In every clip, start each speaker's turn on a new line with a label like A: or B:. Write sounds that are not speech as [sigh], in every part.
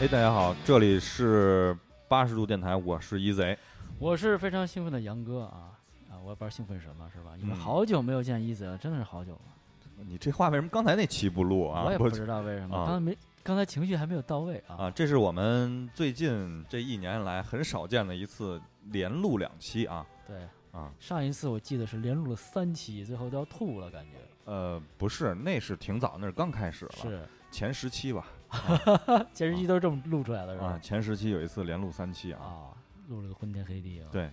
A: 哎，大家好，这里是八十度电台，我是一贼。
B: 我是非常兴奋的杨哥啊啊！我也不知道兴奋什么，是吧？因
A: 嗯
B: 为好久没有见一泽了，真的是好久了。
A: 你这话为什么刚才那期不录啊？
B: 我也不知道为什么，
A: 啊
B: 刚才没，刚才情绪还没有到位啊。
A: 啊，这是我们最近这一年来很少见的一次连录两期啊。
B: 对
A: 啊，
B: 上一次我记得是连录了三期，最后都要吐了，感觉
A: 呃，不是，那是挺早，那是刚开始了，
B: 是。 [laughs]
A: 前十期吧。
B: 电视机都是这么录出来的，是
A: 啊，
B: 吧？
A: 前十期有一次连录三期啊。
B: 啊，录了个昏天黑地啊，
A: 对，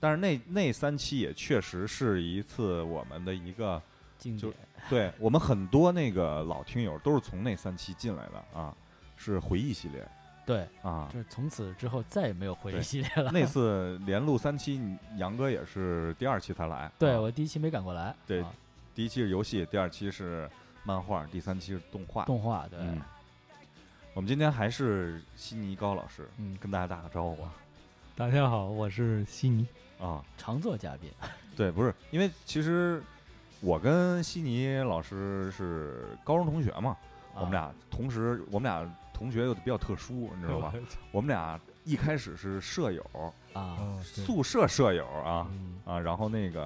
A: 但是那那三期也确实是一次我们的一个，
B: 经
A: 就
B: 典。
A: 对 [laughs] 我们很多那个老听友都是从那三期进来的啊，是回忆系列
B: 对，
A: 啊。
B: 就是从此之后再也没有回忆
A: 对
B: 系列 [laughs] 了。
A: 那次连录三期，你杨哥也是第二期才来。
B: [laughs] 对
A: 啊
B: 我第一期没赶过来，
A: 对
B: 啊
A: 第一期是游戏，第二期是漫画，第三期是动画。
B: 动画，对，
A: 嗯，我们今天还是悉尼高老师
B: 嗯，
A: 跟大家打个招呼
B: [laughs]
A: 啊。
C: 大家好，我是悉尼。
A: 啊，
B: 常做嘉宾，
A: 对，不是，因为其实我跟悉尼老师是高中同学嘛，我们
B: 啊
A: 俩同时，我们俩同学又比较特殊，你知
B: [laughs]
C: [laughs]
A: 道吧？我们俩一开始是舍友，
B: 啊，
C: 哦，对
A: 宿舍舍友啊
B: 嗯，
A: 啊，然后那个，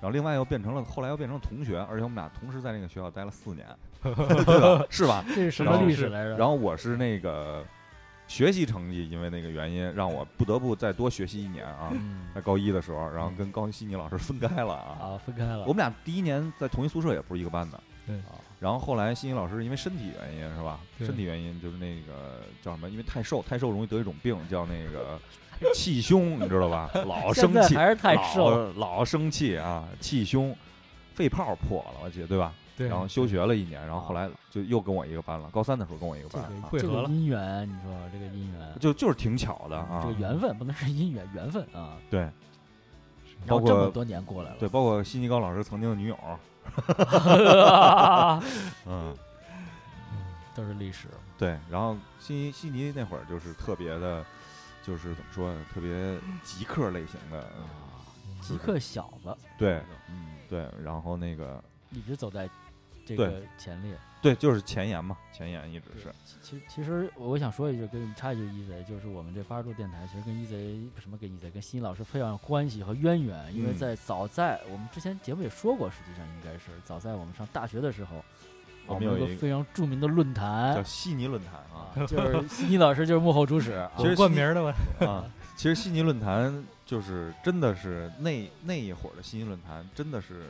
A: 然后另外又变成了，后来又变成同学，而且我们俩同时在那个学校待了四 [laughs] 年，对吧？是啊吧？
B: 这是什
A: 然
B: 么
A: 后
B: 历
A: 是
B: 史来着？
A: 然后我是那个学习成绩，因为那个原因，让我不得不再多学习一年 [laughs] 啊，
B: 嗯
A: 在高一的时候，然后跟高希尼老师分开了啊。
B: 啊，分开了，
A: 我们俩第一年在同一宿舍也不是一个班的，
B: 啊
A: 然后后来欣怡老师因为身体原因是吧？
C: 对
A: 身体原因就是那个叫什么？因为太瘦，太瘦容易得一种病，叫那个气胸，你知道吧？老哦生
B: 现在
A: 气，
B: 还是太瘦了，
A: 老老生气啊，气胸，肺泡破了，我记得对吧？
C: 对，啊
A: 然后休学了一年，然后后来就又跟我一个班了，高三的时候跟我一个
C: 这
A: 班
C: 个
A: 啊，
C: 汇
B: 这
C: 合
B: 个
C: 了，
B: 姻缘，你说这个姻缘，
A: 就就是挺巧的啊
B: 这个。缘分不能是姻缘，缘分啊，
A: 对
B: 然
A: 包
B: 后这么
A: 括
B: 多年过来了， [laughs]
A: 对，包括悉尼高老师曾经的女友，嗯，
B: 嗯都是历史，
A: 对，然后悉尼悉尼那会儿就是特别的，就是怎么说呢，特别
B: 嗯
A: 极客类型的，
C: 嗯
B: 啊，极客小子，
A: 对
B: 嗯，
A: 对，然后那个
B: 一直走在这
A: 对
B: 个前列。
A: 对，就是前沿嘛，前沿一直
B: 对
A: 是，
B: 其其其实我想说一句，跟你插一句，一贼就是我们这八十度电台，其实跟一贼不什么跟一贼，跟新老师非常有关系和渊源，因为
A: 嗯
B: 在早在我们之前节目也说过，实际上应该是早在我们上大学的时候，
A: 我
B: 我
A: 们
B: 们
A: 有
B: 有
A: 一
B: 个
A: 个
B: 非常著名的论
A: 叫
B: 坛，
A: 悉尼论坛啊
B: 啊，就是悉尼老师就是幕
A: [laughs]
B: 后主使啊，
A: 其实
C: 我冠名 [laughs] 的吧？
B: [laughs]
A: 啊，其实悉尼论坛就是真的是那那一会儿的悉尼论坛，真的是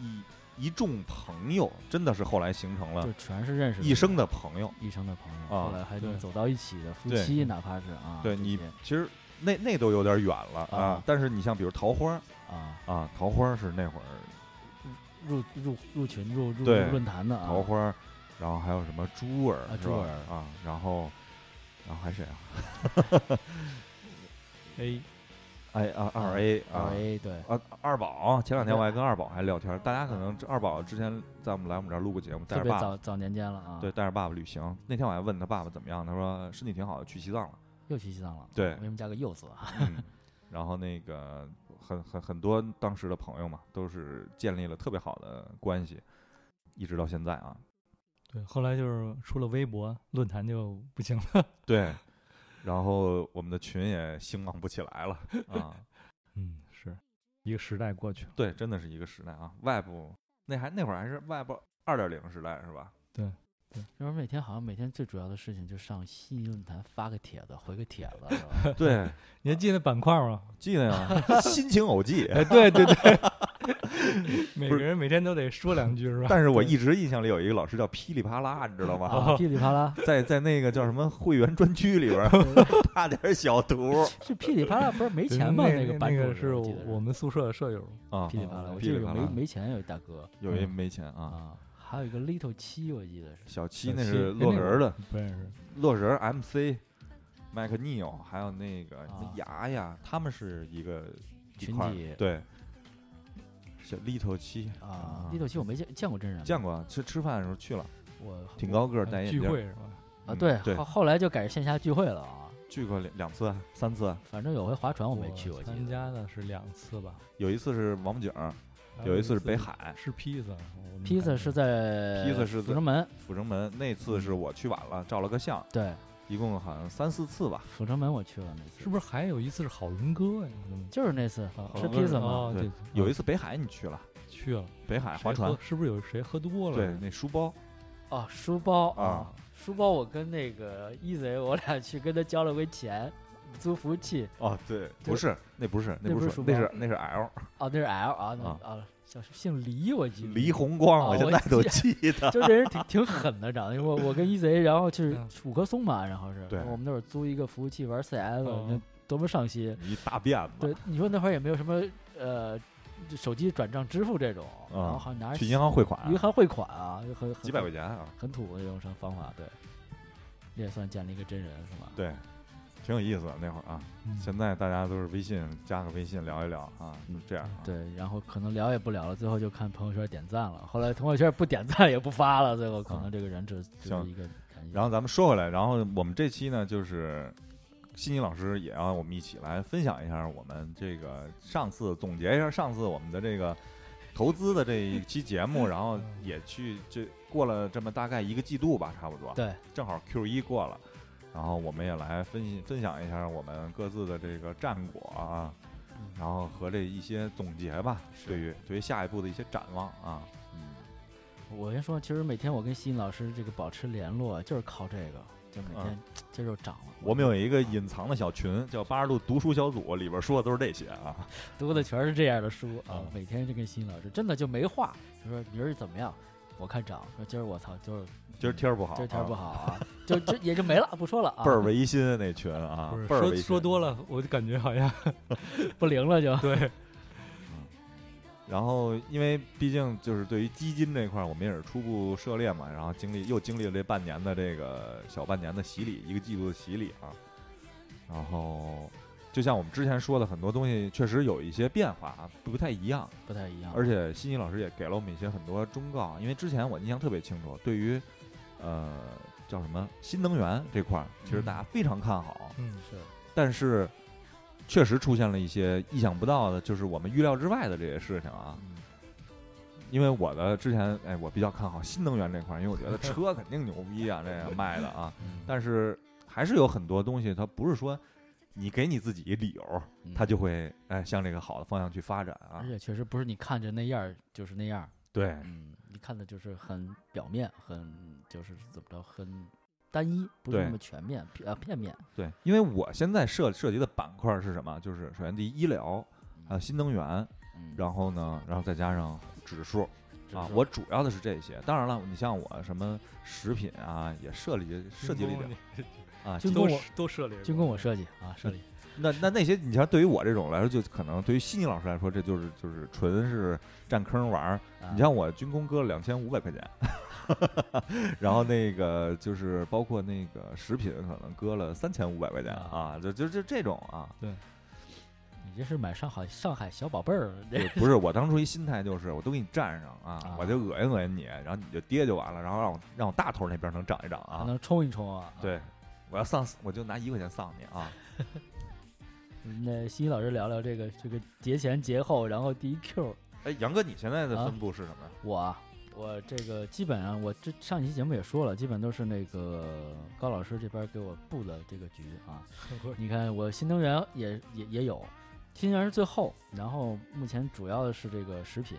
A: 一一众朋友，真的是后来形成了
B: 就全是认识的
A: 一生的朋友。
B: 一生的朋友，
A: 啊
B: 后来还能
C: 对
B: 走到一起的夫
A: 对
B: 妻，哪怕是啊，
A: 对
B: 这
A: 你
B: 些
A: 其实那那都有点远了啊
B: 啊，
A: 但是你像比如桃花
B: 啊
A: 啊，桃花是那会儿
B: 入入入群入入
A: 对
B: 入论坛的啊，
A: 桃花，然后还有什么珠儿
B: 啊
A: 是吧
B: 珠儿
A: 啊，然后然后还谁啊？
C: 哎，
A: 哎啊二 A 啊
B: 二 A 对
A: 啊，二宝，前两天我还跟二宝还聊天儿，大家可能这二宝之前在我们来我们这儿录过节目，带
B: 特
A: 着
B: 别
A: 爸爸，
B: 早早年间了啊，
A: 对，，带着爸爸旅行。那天我还问他爸爸怎么样，他说身体挺好的，去西藏了。
B: 又去西藏了，
A: 对
B: 为什么加个又字啊？
A: [laughs]
B: [laughs]
A: 嗯，然后那个很很很多当时的朋友嘛，都是建立了特别好的关系，一直到现在啊。
C: 对，后来就是出了微博论坛就不行了。
A: 对，然后我们的群也兴旺不起来 [laughs] 了啊。
C: 嗯，是一个时代过去了。
A: 对，真的是一个时代啊，Web 那还那会儿还是 Web 二点零时代是吧？ [laughs]
B: 就是每天好像每天最主要的事情就上悉尼论坛发个帖子，回个帖子，是
A: [laughs]
B: 吧
A: 对，
C: 你还记得板块吗？
A: 记得 [laughs] 呀，心情偶记。
C: [laughs] 哎，对对对， [laughs] 每
A: 不
C: 个
A: 是
C: 人每天都得说两句是吧？
A: 但是我一直印象里有一个老师叫噼里啪啦，你知道 [laughs] 吗？
B: 啊，噼里啪啦，
A: 在在那个叫什么会员专区里边儿画点儿小图
B: 是噼里
A: [laughs]
B: 啪啦，不是没
C: 对
B: 钱吗？
C: 那
B: 个版
C: 那
B: 主
C: 个是
B: 我记得
C: 我们宿舍的舍友，
A: 啊
B: 噼里啪啦，我
A: 噼
B: 记
A: 里
B: 得有
A: 啪
B: 没
A: 啦。
B: 没钱有一大哥
A: 有一没钱啊，
B: 啊，还有一个 Little 七，我记得是
A: 小七
C: 小
A: 那
C: 七
A: 是
C: 哎
A: 洛人
C: 那会
A: 儿的，
C: 不认识。
A: 洛人儿 MC。麦克尼奥，还有那个
B: 啊
A: 牙牙，他们是一个一
B: 群
A: 块儿
B: 体
A: 对，小 Little 七
B: 啊，Little 七我没见见过真人，
A: 见过，啊吃吃饭的时候去了，
B: 我
A: 挺高个儿，戴眼
C: 聚
A: 镜儿，
C: 会是吧？
B: 啊，
A: 嗯
B: 对，
A: 对
B: 后，后来就改线下聚会了啊，
A: 聚过两两次、啊三次，
B: 反正有回划船我没去，我记
C: 参
B: 得
C: 加的是两次吧，
A: 有一次是王府井儿，有一次是北海，
C: 吃披萨，
B: 披萨是在
A: 披萨是
B: 阜
A: 在
B: 成门，
A: 阜成门那次是我去晚了，照了个相，
B: 对，
A: 一共好像三四次吧。
B: 阜成门我去了那次，
C: 是不是还有一次是好人哥呀？我怎么
B: 就是那次
C: 啊
B: 吃
C: 啊
B: 披萨嘛？
C: 啊
A: 对
C: 对，
A: 有一
C: 次
A: 次北海你去了，
C: 去了
A: 北海划
C: 谁
A: 船
C: 喝，是不是有谁喝多了？
A: 对，那书包
B: 哦，书包
A: 啊，
B: 书包我跟那个一贼我俩去跟他交了回钱，租服务器
A: 哦，对，不
B: 对
A: 是，那不是，
B: 那
A: 不
B: 不是
A: 书
B: 书
A: 那
B: 包
A: 是那是 L
B: 哦，那是 L 啊，那
A: 啊
B: 啊叫什么姓黎我记得
A: 黎红光，
B: 啊
A: 现
B: 我
A: 在都记
B: 记 [laughs]
A: 得。
B: 就这人挺挺狠的，长得。因为我我跟一贼，然后去
C: 嗯
B: 五棵松嘛，然后是，
A: 对
B: 我们那会儿租一个服务器玩 CS，
C: 哦
B: 那多么上心。
A: 一大辫子，
B: 对，你说那会儿也没有什么呃，就手机转账支付这种，
A: 嗯
B: 然后好像拿着
A: 去银行汇款，
B: 银行汇款啊，就很很
A: 几百块钱啊，
B: 很土的这种什么方法，对。也算见了一个真人是吧？
A: 对，挺有意思的那会儿啊。
C: 嗯
A: 现在大家都是微信加个微信聊一聊啊，就这样啊。
B: 对，然后可能聊也不聊了，最后就看朋友圈点赞了。后来朋友圈不点赞也不发了，最后可能这个人只
A: 嗯
B: 只
A: 行
B: 是一个感
A: 然后咱们说回来，然后我们这期呢，就是悉尼老师也让我们一起来分享一下我们这个上次总结一下上次我们的这个投资的这一期节目，然后也去这过了这么大概一个季度吧，差不多，
B: 对，
A: 正好 Q 一过了，然后我们也来分析分享一下我们各自的这个战果啊，
B: 嗯
A: 然后和这一些总结吧，对于对于下一步的一些展望啊，嗯，
B: 我先说，其实每天我跟西音老师这个保持联络，就是靠这个，就每天接受涨了。
A: 嗯我们有一个隐藏的小群，叫八十度读书小组，里边说的都是这些啊。
B: 读的全是这样的书啊
A: 啊，
B: 每天就跟西音老师真的就没话，就说明儿怎么样，我看涨，说今儿我操，就是
A: 今儿天儿不好，
B: 今儿天儿不，好啊，就就也就没了，不说了啊，
A: 倍儿违心那群啊
C: 不是，
A: 倍儿
C: 说
A: 违心
C: 说多。了，我就感觉好像
B: 不灵了就。
C: 对
A: 然后，因为毕竟就是对于基金这块儿，我们也是初步涉猎嘛，然后经历又经历了这半年的这个小半年的洗礼，一个季度的洗礼啊。然后，就像我们之前说的，很多东西确实有一些变化啊，不太一样。
B: 不太一样。
A: 而且悉尼老师也给了我们一些很多忠告，啊因为之前我印象特别清楚，对于呃叫什么新能源这块儿，其实大家非常看好。
C: 嗯
B: 是
A: 但是确实出现了一些意想不到的，就是我们预料之外的这些事情啊。
B: 嗯
A: 因为我的之前，哎，我比较看好新能源这块儿，因为我觉得车肯定牛逼啊，这个卖的啊。
B: 嗯
A: 但是还是有很多东西，它不是说你给你自己一理由，
B: 嗯
A: 它就会哎向这个好的方向去发展啊
B: 而。且确实不是你看着那样儿就是那样儿，
A: 对
B: 嗯，你看的就是很表面，很就是怎么着，很单一，不是
A: 对啊
B: 那么全面，呃片面。
A: 对，因为我现在涉涉及的板块儿是什么？就是首先第一医疗，还有新能源，
B: 嗯，
A: 然后呢，然后再加上指数，
B: 只
A: 啊
B: 是，
A: 我主要的是这些。当然了，你像我什么食品啊，也涉及涉及了一点
C: 点，
A: 啊。
B: 军
C: 都
B: 工我
C: 是都涉猎过，
B: 军工我设计啊，设计
A: 那那那些，你像对于我这种来说，就可能对于悉尼老师来说，这就是就是纯是占坑玩儿。
B: 啊
A: 你像我军工哥两千五百块钱， [laughs] 然后那个就是包括那个食品，可能割了三千五百块钱啊，就就就这种啊。
B: 你这是买上海上海小宝贝儿了，这
A: 对不是我当初一心态就是，我都给你占上啊
B: 啊，
A: 我就恶心恶心你，然后你就跌就完了，然后让我让我大头那边能涨一涨啊
B: 还。 [laughs] 能冲一冲啊？，
A: 对，我要丧，我就拿一块钱丧你啊！
B: 那西西老师聊聊这个这个节前节后，然后第一 Q
A: 哎，杨哥，你现在的
B: 啊
A: 分布是什么呀？
B: 我啊我这个基本上我这上一期节目也说了，基本都是那个高老师这边给我布的这个局啊， [laughs] 你看，我新能源也也也有，新能源是最后，然后目前主要的是这个食品、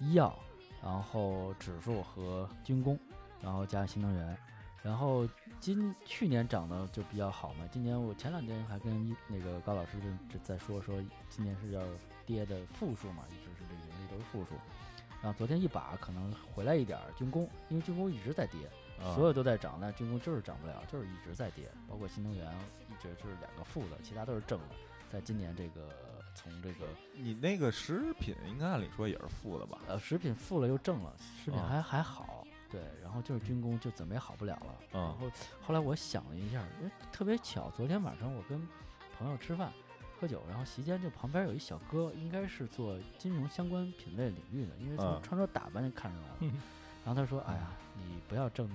B: 医药，然后指数和军工，然后加新能源，然后今去年涨得就比较好嘛，今年我前两天还跟一那个高老师在在说说，今年是要跌的负数嘛，一直是这个那都是负数，然啊后昨天一把可能回来一点儿军工，因为军工一直在跌，
A: 啊
B: 所有都在涨，但军工就是涨不了，就是一直在跌，包括新能源一直就是两个负的，其他都是正的。在今年这个从这个
A: 你那个食品应该按理说也是负的吧？
B: 呃食品负了又正了，食品
A: 啊
B: 还、还好，对，然后就是军工就怎么也好不了
A: 啊
B: 了。然后后来我想了一下，哎特别巧，昨天晚上我跟朋友吃饭喝酒，然后席间就旁边有一小哥，应该是做金融相关品类领域的，因为
A: 啊
B: 从穿着打扮就看出来了。然后他说：“哎呀，你不要挣你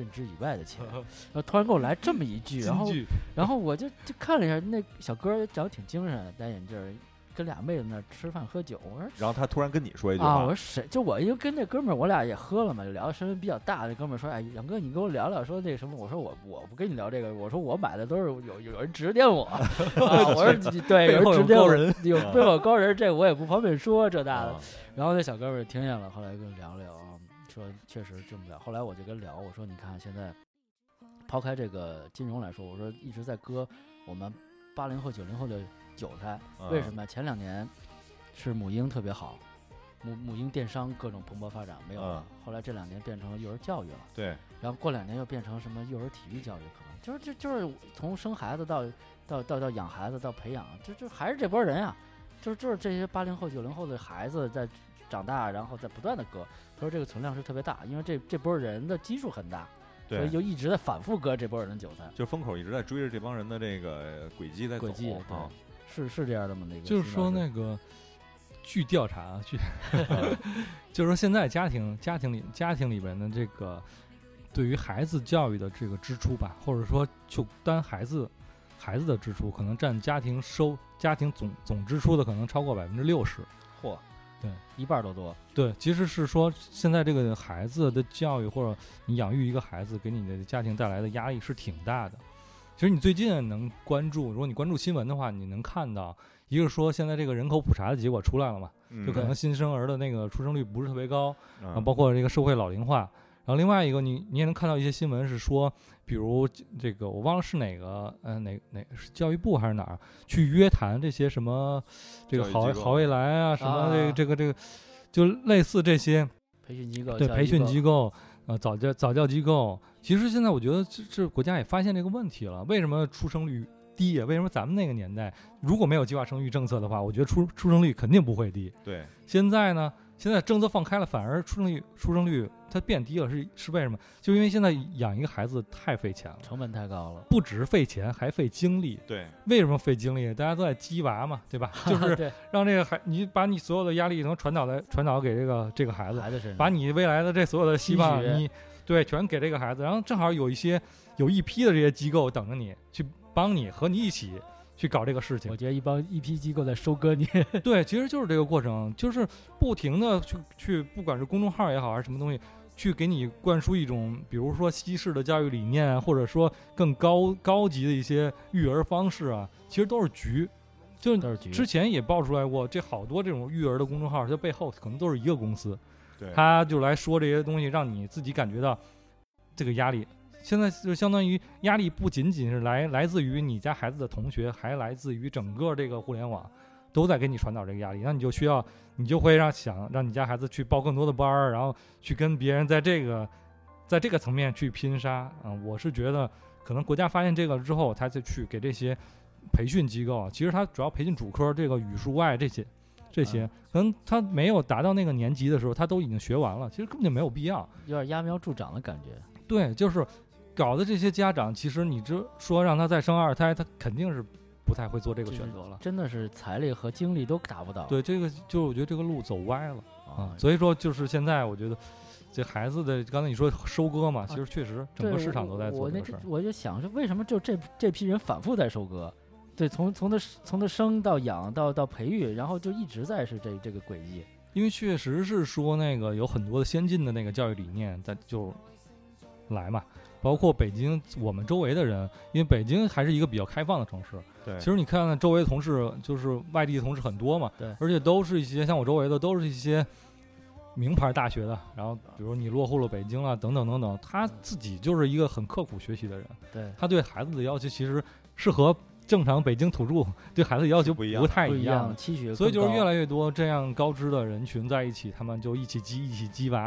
B: 认知以外的钱。”然后突然给我来这么一句，然后
C: 京剧
B: 然后我就就看了一下那小哥儿长得挺精神的，戴眼镜儿，跟俩妹子那儿吃饭喝酒，我说
A: 然后他突然跟你说一句
B: 啊，我
A: 话
B: 说，谁？就我因为跟这哥们儿，我俩也喝了嘛，就聊得身份比较大。这哥们儿说：“哎，杨哥，你跟我聊聊，说那什么？”我说我：“我不跟你聊这个，我说我买的都是有有人指点我，啊、我说你对，有
C: [laughs] 背哎后
B: 人指
C: 有
B: 点
C: 高
B: 我
C: 人，
B: 有
A: 啊
B: 背后高人，这我也不方便说这那的
A: 啊。”
B: 然后那小哥们儿听见了，后来跟我聊聊啊，说确实挣不了。后来我就跟他聊，我说：“你看现在，抛开这个金融来说，我说一直在割我们八零后、九零后的韭菜。”
A: 嗯啊
B: 为什？么？前两年是母婴特别好，母母婴电商各种蓬勃发展，没有
A: 嗯
B: 了。后来这两年变成幼儿教育了，
A: 对，
B: 然后过两年又变成什么幼儿体育教育，可能就是就就是从生孩子到到到到养孩子到培养，就就还是这波人啊，就是就是这些八零后九零后的孩子在长大，然后在不断的割。他说这个存量是特别大，因为这这波人的基数很大，所以
A: 对，
B: 就一直在反复割这波人的韭菜。
A: 就风口一直在追着这帮人的这个轨迹在走
B: 轨迹对
A: 啊，
B: 是是这样的吗？那个
C: 就是
B: 徐
C: 说
B: 老师
C: 那个，据调查啊，
B: [laughs]
C: 据，就是说现在家庭家庭里家庭里边的这个对于孩子教育的这个支出吧，或者说就单孩子孩子的支出，可能占家庭收家庭总总支出的可能超过百分之六十。
B: 嚯，
C: 对，
B: 一半儿都多。
C: 对，其实是说现在这个孩子的教育或者你养育一个孩子给你的家庭带来的压力是挺大的。其实你最近能关注，如果你关注新闻的话，你能看到，一个是说现在这个人口普查的结果出来了嘛，
A: 嗯
C: 就可能新生儿的那个出生率不是特别高，啊，
A: 嗯
C: 包括这个社会老龄化。然后另外一个你，你也能看到一些新闻是说，比如这个我忘了是哪个，呃，哪哪是教育部还是哪儿去约谈这些什么，这个
A: 教育
C: 好
A: 机构
C: 好未来啊，什么这
B: 啊
C: 个这个这个，就类似这些
B: 培训机构，
C: 对
B: 教育
C: 培训
B: 构
C: 机构，呃，早教早教机构。其实现在我觉得这这国家也发现这个问题了，为什么出生率低啊？为什么咱们那个年代如果没有计划生育政策的话，我觉得出出生率肯定不会低。
A: 对，
C: 现在呢，现在政策放开了，反而出生率出生率它变低了，是是为什么？就因为现在养一个孩子太费钱了，
B: 成本太高了。
C: 不止费钱，还费精力。
A: 对，
C: 为什么费精力？大家都在鸡娃嘛，对吧？
B: [laughs]
C: 就是
B: 对
C: 让这个孩，你把你所有的压力能传导在传导给这个这个孩子，
B: 孩子身上，
C: 把你未来的这所有的希望
B: 吸，血
C: 你对全给这个孩子，然后正好有一些有一批的这些机构等着你去帮你和你一起去搞这个事情
B: 我。觉得一帮一批机构在收
C: [laughs]
B: 割你。
C: 对，其实就是这个过程，就是不停的去去，不管是公众号也好，还是什么东西，去给你灌输一种，比如说西式的教育理念啊，或者说更高高级的一些育儿方式啊，其实都是局。就是
B: 都是局
C: 之前也爆出来过，这好多这种育儿的公众号，它背后可能都是一个公司，
A: 对，
C: 他就来说这些东西，让你自己感觉到这个压力。现在就相当于压力不仅仅是来来自于你家孩子的同学，还来自于整个这个互联网都在给你传导这个压力，那你就需要你就会让想让你家孩子去报更多的班儿，然后去跟别人在这个在这个层面去拼杀啊、我是觉得可能国家发现这个之后，他就去给这些培训机构啊，其实他主要培训主科这个语数外这些这些，可能他没有达到那个年级的时候，他都已经学完了，其实根本就没有必要。
B: 有点揠苗助长的感觉，
C: 对，就是搞的这些家长，其实你这说让他再生二胎，他肯定是不太会做这个
B: 就是
C: 选择了。
B: 真的是财力和精力都达不到。
C: 对，这个就是我觉得这个路走歪了啊
B: 啊，，
C: 所以说就是现在我觉得这孩子的刚才你说收割嘛，其实确实整
B: 啊对
C: 个市场都在
B: 我
C: 做
B: 我
C: 这
B: 那
C: 个事儿。
B: 我就想是为什么就这这批人反复在收割？对，从从他从他生到养到到培育，然后就一直在是这这个轨迹。
C: 因为确实是说那个有很多的先进的那个教育理念在就来嘛，包括北京我们周围的人，因为北京还是一个比较开放的城市。
A: 对，
C: 其实你看看周围的同事，就是外地的同事很多嘛，
B: 对
C: 而且都是一些像我周围的都是一些名牌大学的，然后比如你落户了北京了等等等等，他自己就是一个很刻苦学习的人，
B: 对，
C: 他对孩子的要求其实是和正常北京土著 [laughs] 对孩子的要求
A: 不一样
C: 太
B: 不一
C: 样的，
B: 期许更高，
C: 所以就是越来越多这样高知的人群在一起，他们就一起鸡一起鸡娃，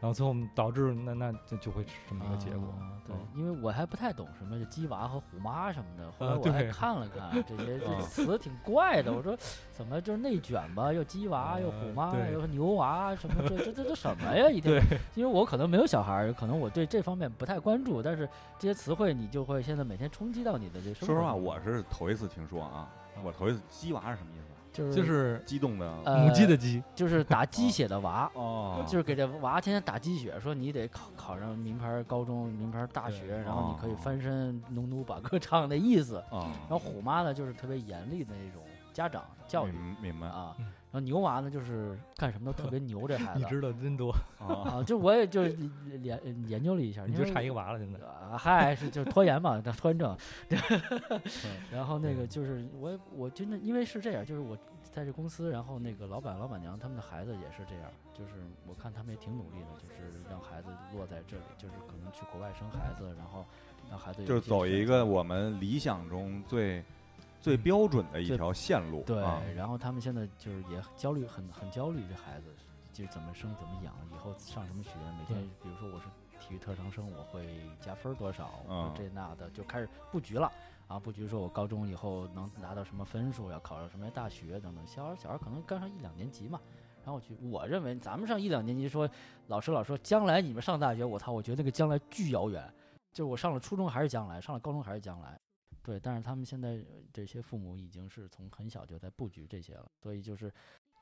C: 然后最后导致那那这就会是这么一个结果。
B: 啊对
C: 嗯，
B: 因为我还不太懂什么叫鸡娃和虎妈什么的，后
C: 啊
B: 来我还
C: 对
B: 看了
C: [laughs]
B: 看这些这
A: 啊
B: 词挺怪的，我说怎么就是内卷吧，又鸡娃又虎
C: 呃
B: 妈
C: 对
B: 又牛娃什么这这这都什么呀？一天
C: 对，
B: 因为我可能没有小孩儿，可能我对这方面不太关注，但是这些词汇你就会现在每天冲击到你的这生
A: 说
B: 活
A: 实
B: 中。
A: 话，我是头一次听说啊，我头一次鸡娃是什么意思啊？
B: 就是
C: 就嗯啊
B: 就是
A: 激动的
B: 呃
C: 母鸡的鸡，
B: 就是打鸡血的娃。
A: 哦，
C: 啊
B: 就是给这娃天天打鸡血，说你得考考上名牌高中、名牌大
C: 对啊
B: 学，然后你可以
A: 哦
B: 翻身农奴把歌唱的意思。
A: 啊，
B: 然后虎妈呢，就是特别严厉的那种家长教育
A: 明明白
B: 啊。
C: 嗯
B: 然后牛娃呢，就是干什么都特别牛，这孩
C: [laughs] 你
B: 子
C: 知道真多，
A: 啊，
B: 啊，就我也就是研研 [laughs] 研究了一下，
C: 你
B: 因
C: 就
B: 为
C: 差一个娃了，现在。
B: 啊，嗨，是就是拖延嘛， [laughs] 拖延症。
C: 嗯
B: [laughs] 然后那个就是我，我真的因为是这样，就是我在这公司，然后那个老板、老板娘他们的孩子也是这样，就是我看他们也挺努力的，就是让孩子落在这里，就是可能去国外生孩子，然后让孩子有
A: 就是
B: 些
A: 走
B: 选
A: 一
B: 择
A: 个我们理想中
C: 嗯
A: 最最标准的一条线路，
B: 对
A: 啊，，
B: 然后他们现在就是也焦虑，很很焦虑，这孩子就是怎么生怎么养，以后上什么学，每天
C: 对
B: 比如说我是体育特长生，我会加分儿多少，
A: 嗯
B: 我这那的就开始布局了啊，布局说我高中以后能拿到什么分数，要考上什么大学等等。小孩小孩可能刚上一两年级嘛。然后我去，我认为咱们上一两年级说，老师老说将来你们上大学，我操，我觉得那个将来巨遥远，就是我上了初中还是将来，上了高中还是将来。对，但是他们现在呃这些父母已经是从很小就在布局这些了，所以就是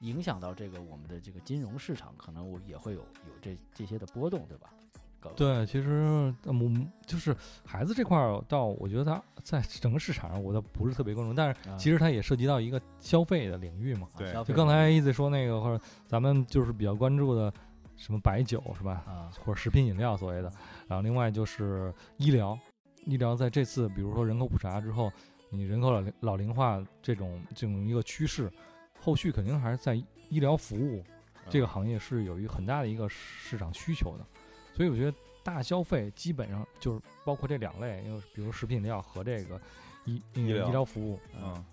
B: 影响到这个我们的这个金融市场，可能我也会有有这这些的波动，对吧？搞
C: 对，其实我、嗯、就是孩子这块儿，倒我觉得他在整个市场上，我倒不是特别关注，但是
B: 啊
C: 其实它也涉及到一个消费的领域嘛。
B: 啊
A: 对
B: 消
C: 就
B: 费
C: 刚才
B: 者
C: 一直说那个，或者咱们就是比较关注的什么白酒是吧？
B: 啊，
C: 或者食品饮料所谓的，然后另外就是医疗，医疗在这次比如说人口普查之后，你人口老龄老龄化这种这种一个趋势，后续肯定还是在医疗服务这个行业是有一个很大的一个市场需求的，所以我觉得大消费基本上就是包括这两类，因为比如食品饮料和这个医医
A: 疗
C: 医疗服务
A: 嗯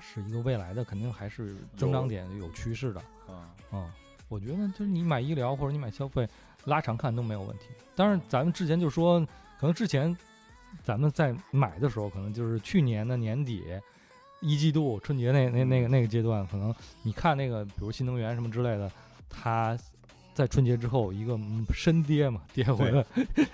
C: 是一个未来的肯定还是增长点有趋势的。
A: 嗯
C: 嗯，我觉得就是你买医疗或者你买消费，拉长看都没有问题。当然，咱们之前就说，可能之前咱们在买的时候，可能就是去年的年底、一季度、春节那那那个那个阶段，可能你看那个，比如新能源什么之类的，它在春节之后一个嗯深跌嘛，跌回了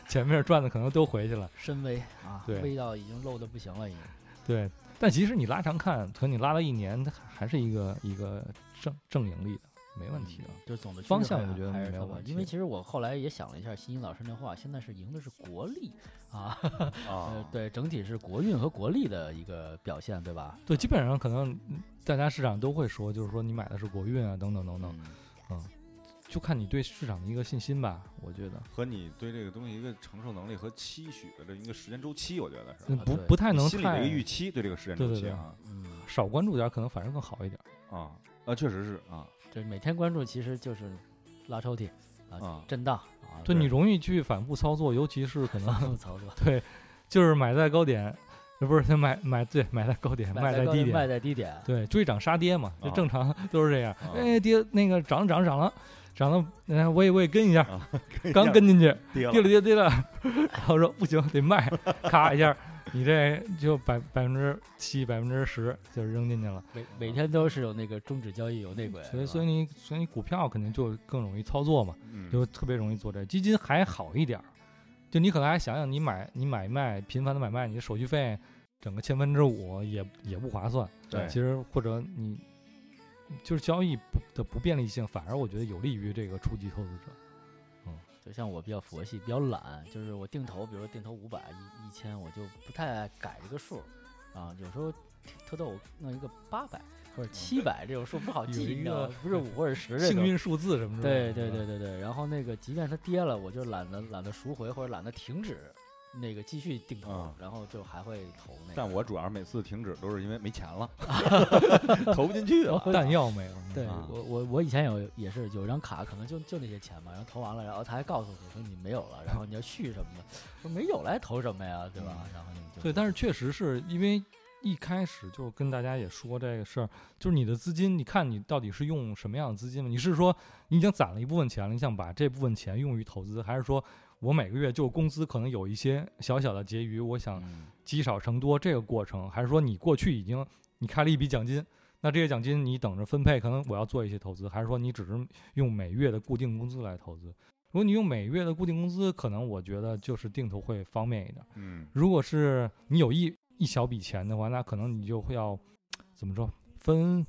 C: 前面赚的可能都回去了。
B: 深微啊，
C: 对
B: 味道已经漏的不行了，已经。
C: 对，但其实你拉长看，可能你拉到一年，它还是一个一个正正盈利的，没问题的。啊
B: 嗯就是总的趋
C: 方
B: 势
C: 向
B: 还
C: 我觉得
B: 还是
C: 没有
B: 特别
C: 问
B: 因为
C: 题
B: 其实我后来也想了一下，新一老师那话，现在是赢的是国力啊，呃
C: 哦
A: 啊，，
B: [laughs] 对，整体是国运和国力的一个表现，对吧？
C: 对，基本上可能嗯大家市场都会说，就是说你买的是国运啊，等等等等，
B: 嗯
C: 就看你对市场的一个信心吧。我觉得
A: 和你对这个东西一个承受能力和期许的这一个时间周期，我觉得是
C: 嗯
A: 吧
C: 不
B: 对
C: 不太能
A: 心里的
C: 太
A: 一个预期，对这个时间
C: 对
A: 周
C: 对
A: 期
C: 对
A: 啊
B: 嗯，
C: 少关注点儿，可能反而更好一点儿。
A: 啊啊，确实是啊
B: 对，每天关注其实就是拉抽屉、
A: 啊，
B: 震
C: [laughs]
B: 荡啊，
C: 对你容易去反复操作，尤其是可
B: 反
C: 能
B: 复操作，
C: 对，就是买在高点，呃不是买买对买在高点，卖
B: 在
C: 在
B: 高
C: 低
B: 点卖
C: 点，
B: 在低点，
C: 对追涨杀跌嘛，这
A: 啊
C: 正常都是这样
A: 啊。
C: 哎，跌那个涨了涨了涨了涨了，哎我也我也跟一下，刚
A: 跟
C: 跟进去，
A: 跌
C: 跌了跌了跌了，然后说不行得卖，咔一下，你这就百百分之七百分之十就扔进去了，
B: 每每天都是有那个终止交易有内鬼，
C: 所
B: 是
C: 以
B: 吧
C: 所以你所以你股票肯定就更容易操作嘛，
A: 嗯
C: 就特别容易做这，基金还好一点儿，就你可能还想想你买你买卖频繁的买卖，你的手续费整个千分之五也也不划算，
A: 对
C: 其实或者你就是交易不的不便利性，反而我觉得有利于这个初级投资者。
B: 就像我比较佛系，比较懒，就是我定投，比如说定投五百一一千，我就不太爱改这个数儿啊。有时候挺特逗，我弄一个八百或者七百这种数不好记，
C: [laughs] 有一
B: 你知道
C: 个
B: 吗？不是五或者十这
C: 幸
B: 种。
C: 运数字什么之类
B: 对
C: 的，
B: 对对对对，然后那个即便它跌了，我就懒得懒得赎回或者懒得停止那个继续定投，
A: 啊
B: 然后就还会投那个。
A: 但我主要是每次停止都是因为没钱
C: [laughs]
A: 了，投不进去了。
C: 哦弹药没了。
B: 对、
A: 啊
B: 我我我以前有也是有张卡，可能就就那些钱嘛，然后投完了，然后他还告诉你说你没有了，然后你要续什么的，说没有了还投什么呀，对吧？然后你们就
C: 嗯对，但是确实是因为一开始就跟大家也说这个事儿，就是你的资金，你看你到底是用什么样的资金嘛？你是说你已经攒了一部分钱了，你想把这部分钱用于投资，还是说我每个月就工资可能有一些小小的结余，我想
B: 嗯
C: 积少成多这个过程，还是说你过去已经你开了一笔奖金？那这些奖金你等着分配，可能我要做一些投资，还是说你只是用每月的固定工资来投资？如果你用每月的固定工资，可能我觉得就是定投会方便一点。
A: 嗯
C: 如果是你有一一小笔钱的话，那可能你就会要怎么说分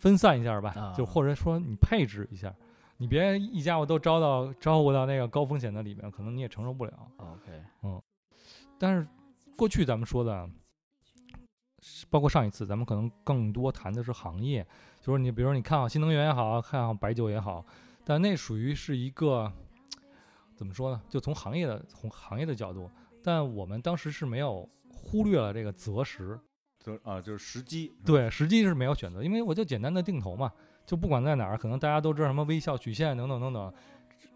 C: 分散一下吧，
B: 啊
C: 就或者说你配置一下，你别一家伙都招到招呼到那个高风险的里面，可能你也承受不了。
B: OK，
C: 但是过去咱们说的是包括上一次咱们可能更多谈的是行业，就是你比如说你看好新能源也好，看好白酒也好，但那属于是一个怎么说呢？就从行业的从行业的角度，但我们当时是没有忽略了这个择时，
A: 就啊就是时机，
C: 对，实际是没有选择，因为我就简单的定投嘛，就不管在哪儿，可能大家都知道什么微笑曲线等等等等，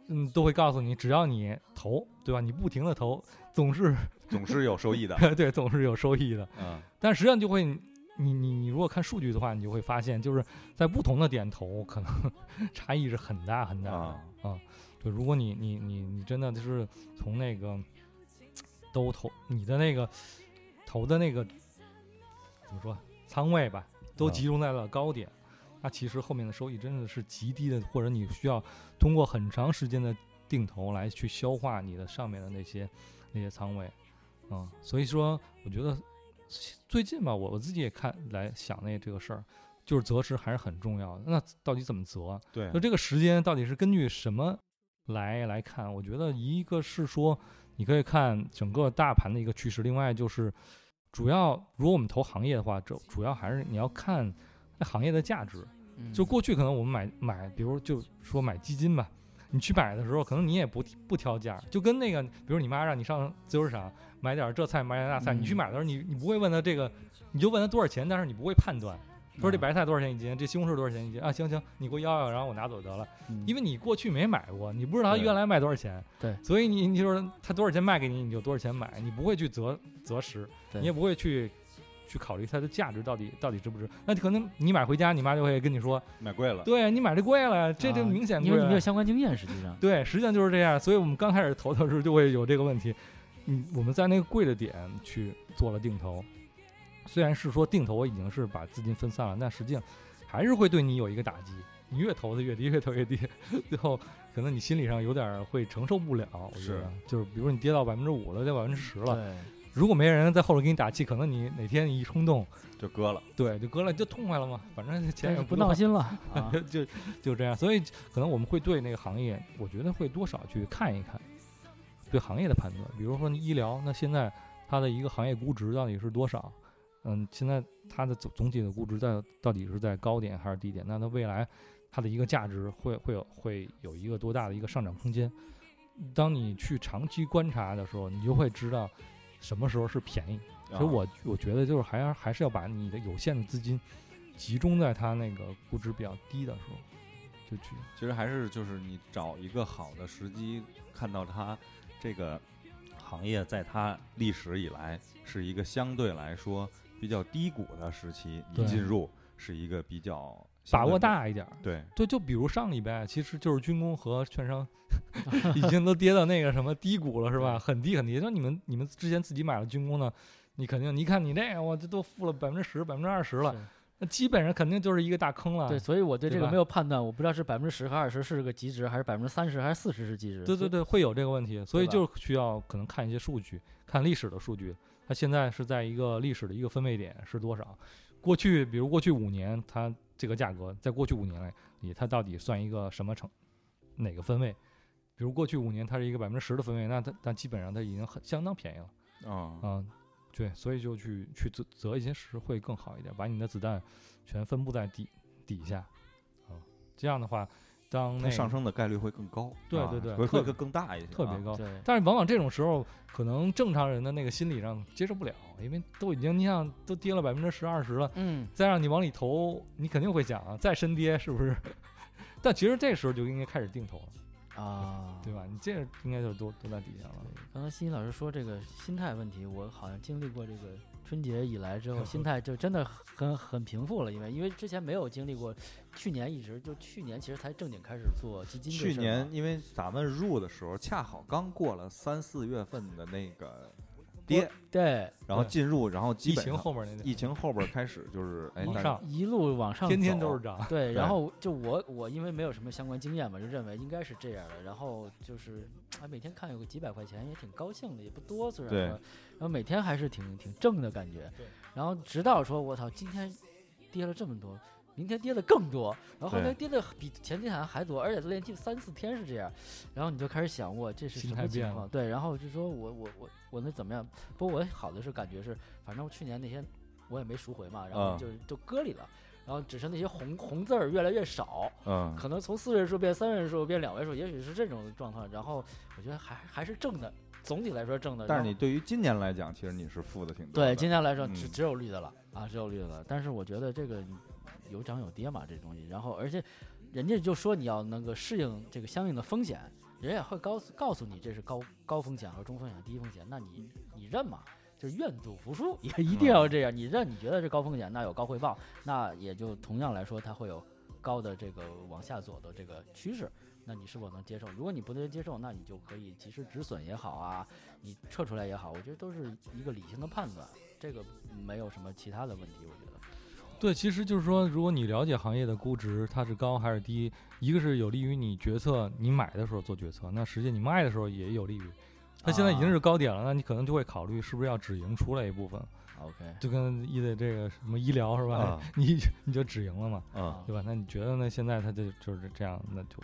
C: 嗯，都会告诉你，只要你投，对吧？你不停的投，总是 [laughs]
A: 总是有收益的，
C: 对，总是有收益的。
A: 嗯，
C: 但实际上就会，你你你如果看数据的话，你就会发现，就是在不同的点投，可能 [laughs] 差异是很大很大的。
A: 啊
C: 对，如果你你你你真的就是从那个都投你的那个投的那个怎么说啊仓位吧，都
A: 啊
C: 集中在了高点，那其实后面的收益真的是极低的，或者你需要通过很长时间的定投来去消化你的上面的那些那些仓位，嗯，所以说我觉得最近吧，我我自己也看来想那这个事儿，就是择时还是很重要的。那到底怎么择？啊
A: 对
C: 就，这个时间到底是根据什么来来看？我觉得一个是说你可以看整个大盘的一个趋势，另外就是主要如果我们投行业的话，这主要还是你要看那行业的价值。
B: 嗯
C: 就过去可能我们买买，比如就说买基金吧，你去买的时候，可能你也不不挑价，就跟那个，比如你妈让你上自由市场买点这菜买点那菜，你去
B: 嗯
C: 买的时候，你你不会问他这个，你就问他多少钱，但是你不会判断。
B: 嗯
C: 说这白菜多少钱一斤？这西红柿多少钱一斤？啊，行行，你给我要要，然后我拿走得了。因
B: 为
C: 为你过去没买过，你不知道它
A: 对
C: 原来卖多少钱，
B: 对
C: 所以你你就是它多少钱卖给你，你就多少钱买，你不会去择择时，
B: 对
C: 你也不会去去考虑它的价值到底到底值不值。那可能你买回家，你妈就会跟你说，
A: 买贵了，
C: 对你买这贵了，这这明显
B: 啊因
C: 贵
B: 为你没有
C: 了。
B: 相关经验，实际
C: [laughs]
B: 上
C: 对，实际上就是这样，所以我们刚开始投的时候就会有这个问题，嗯，我们在那个贵的点去做了定投，虽然是说定投已经是把资金分散了，但实际上还是会对你有一个打击。你越投的越低，越投越低， [laughs] 最后可能你心理上有点儿会承受不了。我觉
A: 是
C: 得，就是比如你跌到百分之五了，跌百分之十了，
B: 对
C: 如果没人在后头给你打气，可能你哪天你一冲动，
A: 就割了，
C: 对，就割了，就痛快了嘛，反正钱
B: 但
C: 也
B: 是不
C: 多，
B: 闹心了啊
C: [laughs] 就就这样，所以可能我们会对那个行业，我觉得会多少去看一看对行业的判断。比如说你医疗，那现在它的一个行业估值到底是多少？嗯，现在它的总总体的估值在到底是在高点还是低点？那它未来它的一个价值会会有会有一个多大的一个上涨空间？当你去长期观察的时候，你就会知道什么时候是便宜，
A: 啊
C: 所以我我觉得就是还要还是要把你的有限的资金集中在它那个估值比较低的时候，就去
A: 其实还是就是你找一个好的时机，看到它这个行业在它历史以来是一个相对来说比较低谷的时期，
C: 对
A: 你进入是一个比较相
C: 把
A: 对
C: 握大一点儿。
A: 对
C: 对，就比如上礼拜，其实就是军工和券
B: [laughs]
C: 商已经都跌到那个什么低谷了，是吧？很低很低。就你们你们之前自己买了军工呢，你肯定你一看你这个，我这都负了百分之十、百分之二十了，
B: 是
C: 那基本上肯定就是一个大坑了。
B: 啊对，所以我对
C: 对
B: 这个
C: 吧
B: 没有判断，我不知道是百分之十和二十是个极值，还是百分之三十还是四十是极值。
C: 对对
B: 所以，
C: 对，会有这个问题，所以
B: 吧
C: 就需要可能看一些数据，看历史的数据，它现在是在一个历史的一个分位点是多少？过去比如过去五年，它这个价格在过去五年来里，它到底算一个什么成哪个分位？比如过去五年它是一个百分之十的分位，那它那基本上它已经很相当便宜了
A: 啊、
C: 啊、对，所以就去去择择一些实惠更好一点，把你的子弹全分布在底底下啊、这样的话，当
A: 它
C: 那个
A: 上升的概率会更高，
C: 对
A: 啊
C: 对对
A: 会
C: 特
A: 会
C: 别
A: 更更大一些啊，
C: 特别高。
B: 对
C: 但是往往这种时候，可能正常人的那个心理上接受不了，因为都已经你想都跌了百分之十二十了，
B: 嗯，
C: 再让你往里投，你肯定会想啊，再深跌是不是？ [laughs] 但其实这时候就应该开始定投了，
B: 啊，
C: 对吧？你这应该就是都都在底下了。
B: 刚才欣欣老师说这个心态问题，我好像经历过这个春节以来之后，心态就真的很很平复了，因为因为之前没有经历过，去年一直就去年其实才正经开始做基金这
A: 去
B: 事儿
A: 年
B: 嘛
A: 因为咱们入的时候恰好刚过了三四月份的那个跌，
B: 对
A: 然后
C: 对
A: 进入，然后基
C: 疫
A: 本
C: 情
A: 上
C: 后面那
A: 疫情后边儿开始就是哎
C: 往
A: 大
C: 上
B: 一路往上
C: 天天
B: 走
C: 都是涨，
A: [laughs]
B: 对，然
A: 对
B: 后就我我因为没有什么相关经验嘛，就认为应该是这样的。然后就是，哎，每天看有个几百块钱也挺高兴的，也不多，虽然
A: 对
B: 说，然后每天还是挺挺正的感觉
C: 对。
B: 然后直到说，我操，今天跌了这么多，明天跌的更多，然后后
A: 对
B: 天跌的比前天好像还多，而且连续三四天是这样。然后你就开始想，我这是
C: 心
B: 什
C: 态
B: 么情
C: 变
B: 况？
C: 了
B: 对，然后就说我我我我那怎么样？不过我好的是感觉是，反正我去年那些我也没赎回嘛，然后
A: 嗯
B: 就就搁里了，然后只是那些红红字儿越来越少，
A: 嗯，
B: 可能从四位数变三位数变两位数，也许是这种状况。然后我觉得还还是正的，总体来说正的。
A: 但是
B: 然后
A: 你对于今年来讲，其实你是负的挺多
B: 对
A: 的。
B: 今天来说只
A: 嗯
B: 只有绿的了、啊，只有绿的了。但是我觉得这个有涨有跌嘛，这东西。然后而且人家就说你要能够适应这个相应的风险，人家也会告诉告诉你这是高高风险和中风险、低风险，那你你认嘛？就是愿赌服输，也一定要这样。你认你觉得是高风险，那有高回报，那也就同样来说，它会有高的这个往下走的这个趋势。那你是否能接受？如果你不能接受，那你就可以及时止损也好啊，你撤出来也好，我觉得都是一个理性的判断，这个没有什么其他的问题。我觉得，
C: 对，其实就是说，如果你了解行业的估值，它是高还是低，一个是有利于你决策，你买的时候做决策，那实际你卖的时候也有利于。它现在
A: 啊
C: 已经是高点了，那你可能就会考虑是不是要止盈出来一部分，
B: OK，
C: 就跟医的这个什么医疗是吧？
A: 啊
C: [laughs] 你你就止盈了嘛，
B: 啊
A: 嗯，
C: 对吧？那你觉得呢？现在它就就是这样，那就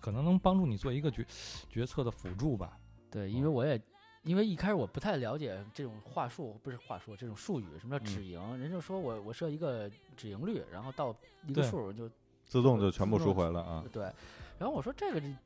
C: 可能能帮助你做一个决决策的辅助吧。
B: 对，因为我也因为一开始我不太了解这种话术，不是话术，这种术语，什么叫止盈？人就说我我设一个止盈率，然后到一个
C: 对
B: 数就
A: 自动就全部
B: 自动
A: 赎回了啊。
B: 对，然后我说这个你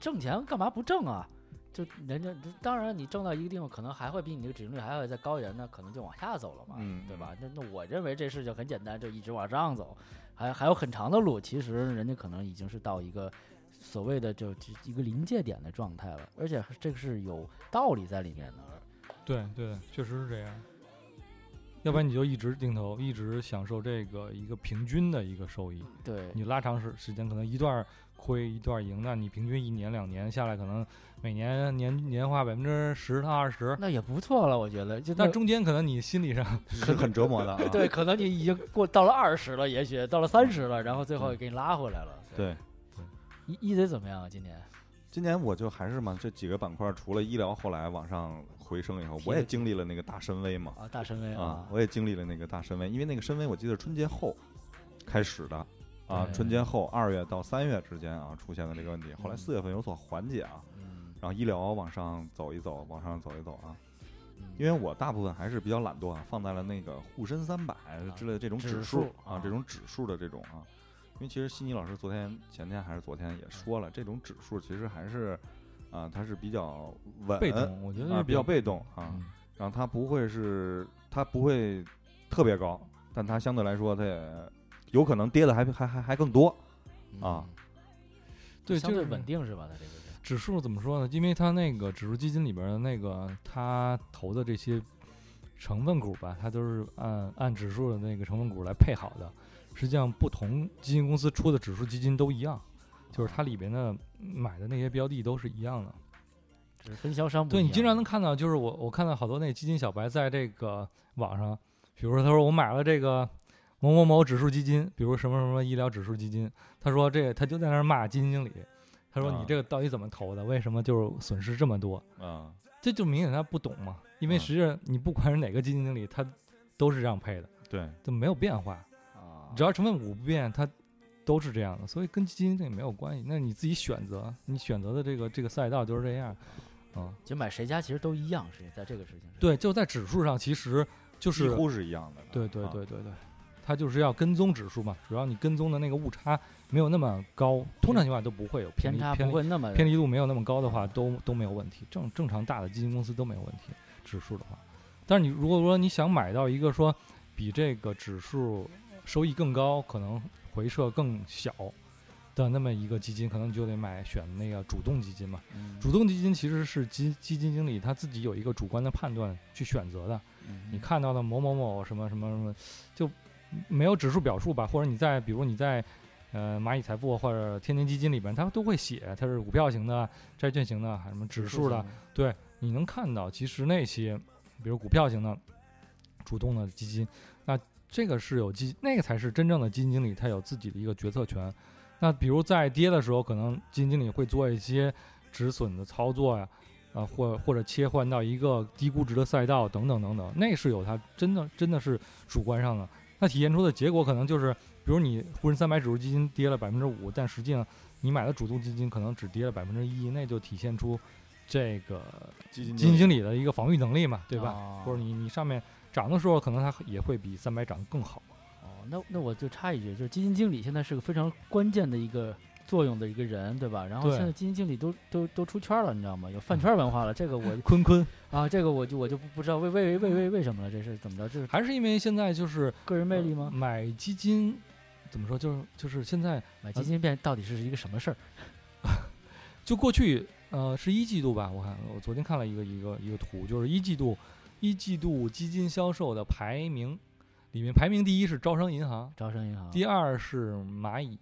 B: 挣钱干嘛不挣啊？就人家当然你挣到一个地方，可能还会比你这个止盈率还会再高一点，那可能就往下走了嘛，
A: 嗯
B: 对
A: [laughs]
B: 吧？那那我认为这事情很简单，就一直往上走，还还有很长的路。其实人家可能已经是到一个所谓的就就一个临界点的状态了，而且这个是有道理在里面的。
C: 对对，确实是这样。要不然你就一直定投，一直享受这个一个平均的一个收益。
B: 对，
C: 你拉长时时间，可能一段儿亏一段儿赢，那你平均一年两年下来，可能每年年年化百分之十到二十，
B: 那也不错了，我觉得。就
C: 但
B: 那
C: 中间可能你心理上
A: 是很折磨的啊。
B: 对，可能你已经过到了二十了，也许到了三十了，然后最后
A: 嗯
B: 给你拉回来了。
A: [laughs] 对，
B: 一一贼怎么样啊？今年
A: 今年我就还是嘛，这几个板块除了医疗后来往上回升以后，我也经历了那个大深 V 嘛，
B: 啊，大神威
A: 啊
B: 啊，，
A: 我也经历了那个大深 V，因为那个深 V 我记得春节后开始的。啊，
B: 对
A: 春节后二月到三月之间啊，出现了这个问题，后来
B: 嗯
A: 四月份有所缓解啊，
B: 嗯，
A: 然后医疗往上走一走，往上走一走啊，因
B: 为
A: 为我大部分还是比较懒惰，啊，放在了那个沪深三百
C: 啊
A: 之类的这种
B: 指
A: 指
B: 数
A: 数啊
B: 啊，
A: 这种指数的这种啊，因为其实悉尼老师昨天、前天还是昨天
C: 嗯
A: 也说了，这种指数其实还是啊，它是比较稳，
C: 被动，我觉得
A: 啊，
C: 是
A: 比较被动啊，
C: 嗯
A: 然后它不会是它不会特别高，但它相对来说它也有可能跌的还还还还更多，啊
C: 对，
B: 嗯相
C: 就
B: 对
C: 是
B: 稳。定是吧？它这个是
C: 指数怎么说呢？因为它那个指数基金里边儿的那个它投的这些成分股吧，它都是按按指数的那个成分股来配好的。实际上，不同基金公司出的指数基金都一样，就是它里边的买的那些标的都是一样的。
B: 只是分销商不
C: 对
B: 一
C: 你经
B: 样
C: 常能看到，就是我我看到好多那基金小白在这个网上，比如说他说我买了这个某某某指数基金，比如什么什么医疗指数基金，他说这他就在那儿骂基金经理，他说
A: 啊
C: 你这个到底怎么投的？为什么就是损失这么多？
A: 啊，
C: 这就明显他不懂嘛，因为
A: 啊
C: 实际上你不管是哪个基金经理，他都是这样配的，
A: 对，
C: 就没有变化，
B: 啊，
C: 只要成分股不变，它都是这样的，所以跟基金这个没有关系，那是你自己选择，你选择的这个这个赛道就是这样，啊。
B: 就买谁家其实都一样，是在这个事情上。
C: 对，就在指数上，其实就
A: 几
C: 是
A: 乎是一样的，
C: 对对
A: 啊
C: 对对对，它就是要跟踪指数嘛，主要你跟踪的那个误差没有那么高，通常情况下都不会有偏
B: 偏
C: 离
B: 差
C: 偏
B: 不
C: 离
B: 会那么
C: 偏离度没有那么高的话，都都没有问题，正正常大的基金公司都没有问题，指数的话，但是你如果说你想买到一个说比这个指数收益更高，可能回撤更小。的那么一个基金，可能你就得买选那个主动基金嘛。
B: 嗯
C: 主动基金其实是基基金经理他自己有一个主观的判断去选择的，
B: 嗯
C: 你看到的某某某什么什么什么，就没有指数表述吧？或者你在比如你在呃蚂蚁财富或者天天基金里边，它都会写它是股票型的、债券型的，还有什么指数的，
B: 型的
C: 你能看到其实那些比如股票型的主动的基金，那这个是有基，那个才是真正的基金经理他有自己的一个决策权。那比如在跌的时候，可能基金经理会做一些止损的操作呀、啊，或或者切换到一个低估值的赛道等等等等，那是有它真的真的是主观上的，那体现出的结果可能就是，比如你沪深三百指数基金跌了百分之五，但实际上你买的主动基金可能只跌了百分之一，那就体现出这个
A: 基金
C: 基金经
A: 理
C: 理的一个防御能力嘛，对吧？
B: 哦
C: 或者你你上面涨的时候，可能它也会比三百涨得更好。
B: 哦，那那我就插一句，就是基金经理现在是个非常关键的一个作用的一个人，对吧？然后
C: 对嗯
B: 现在基金经理都都都出圈了，你知道吗？有饭圈文化了，这个我
C: 坤坤
B: 啊，这个我就我就不不知道为为为为为什么了，这是怎么着？这是
C: 还是因为现在就是
B: 个人魅力
C: 呃
B: 吗？
C: 买基金怎么说？就是就是现在
B: 买基金变到底是一个什么事儿？
C: 就过去呃是一季度吧，我看我昨天看了一个一个一个图，就是一季度一季度基金销售的排名里面排名第一是招商银行，
B: 招商银行、
C: 第二是蚂蚁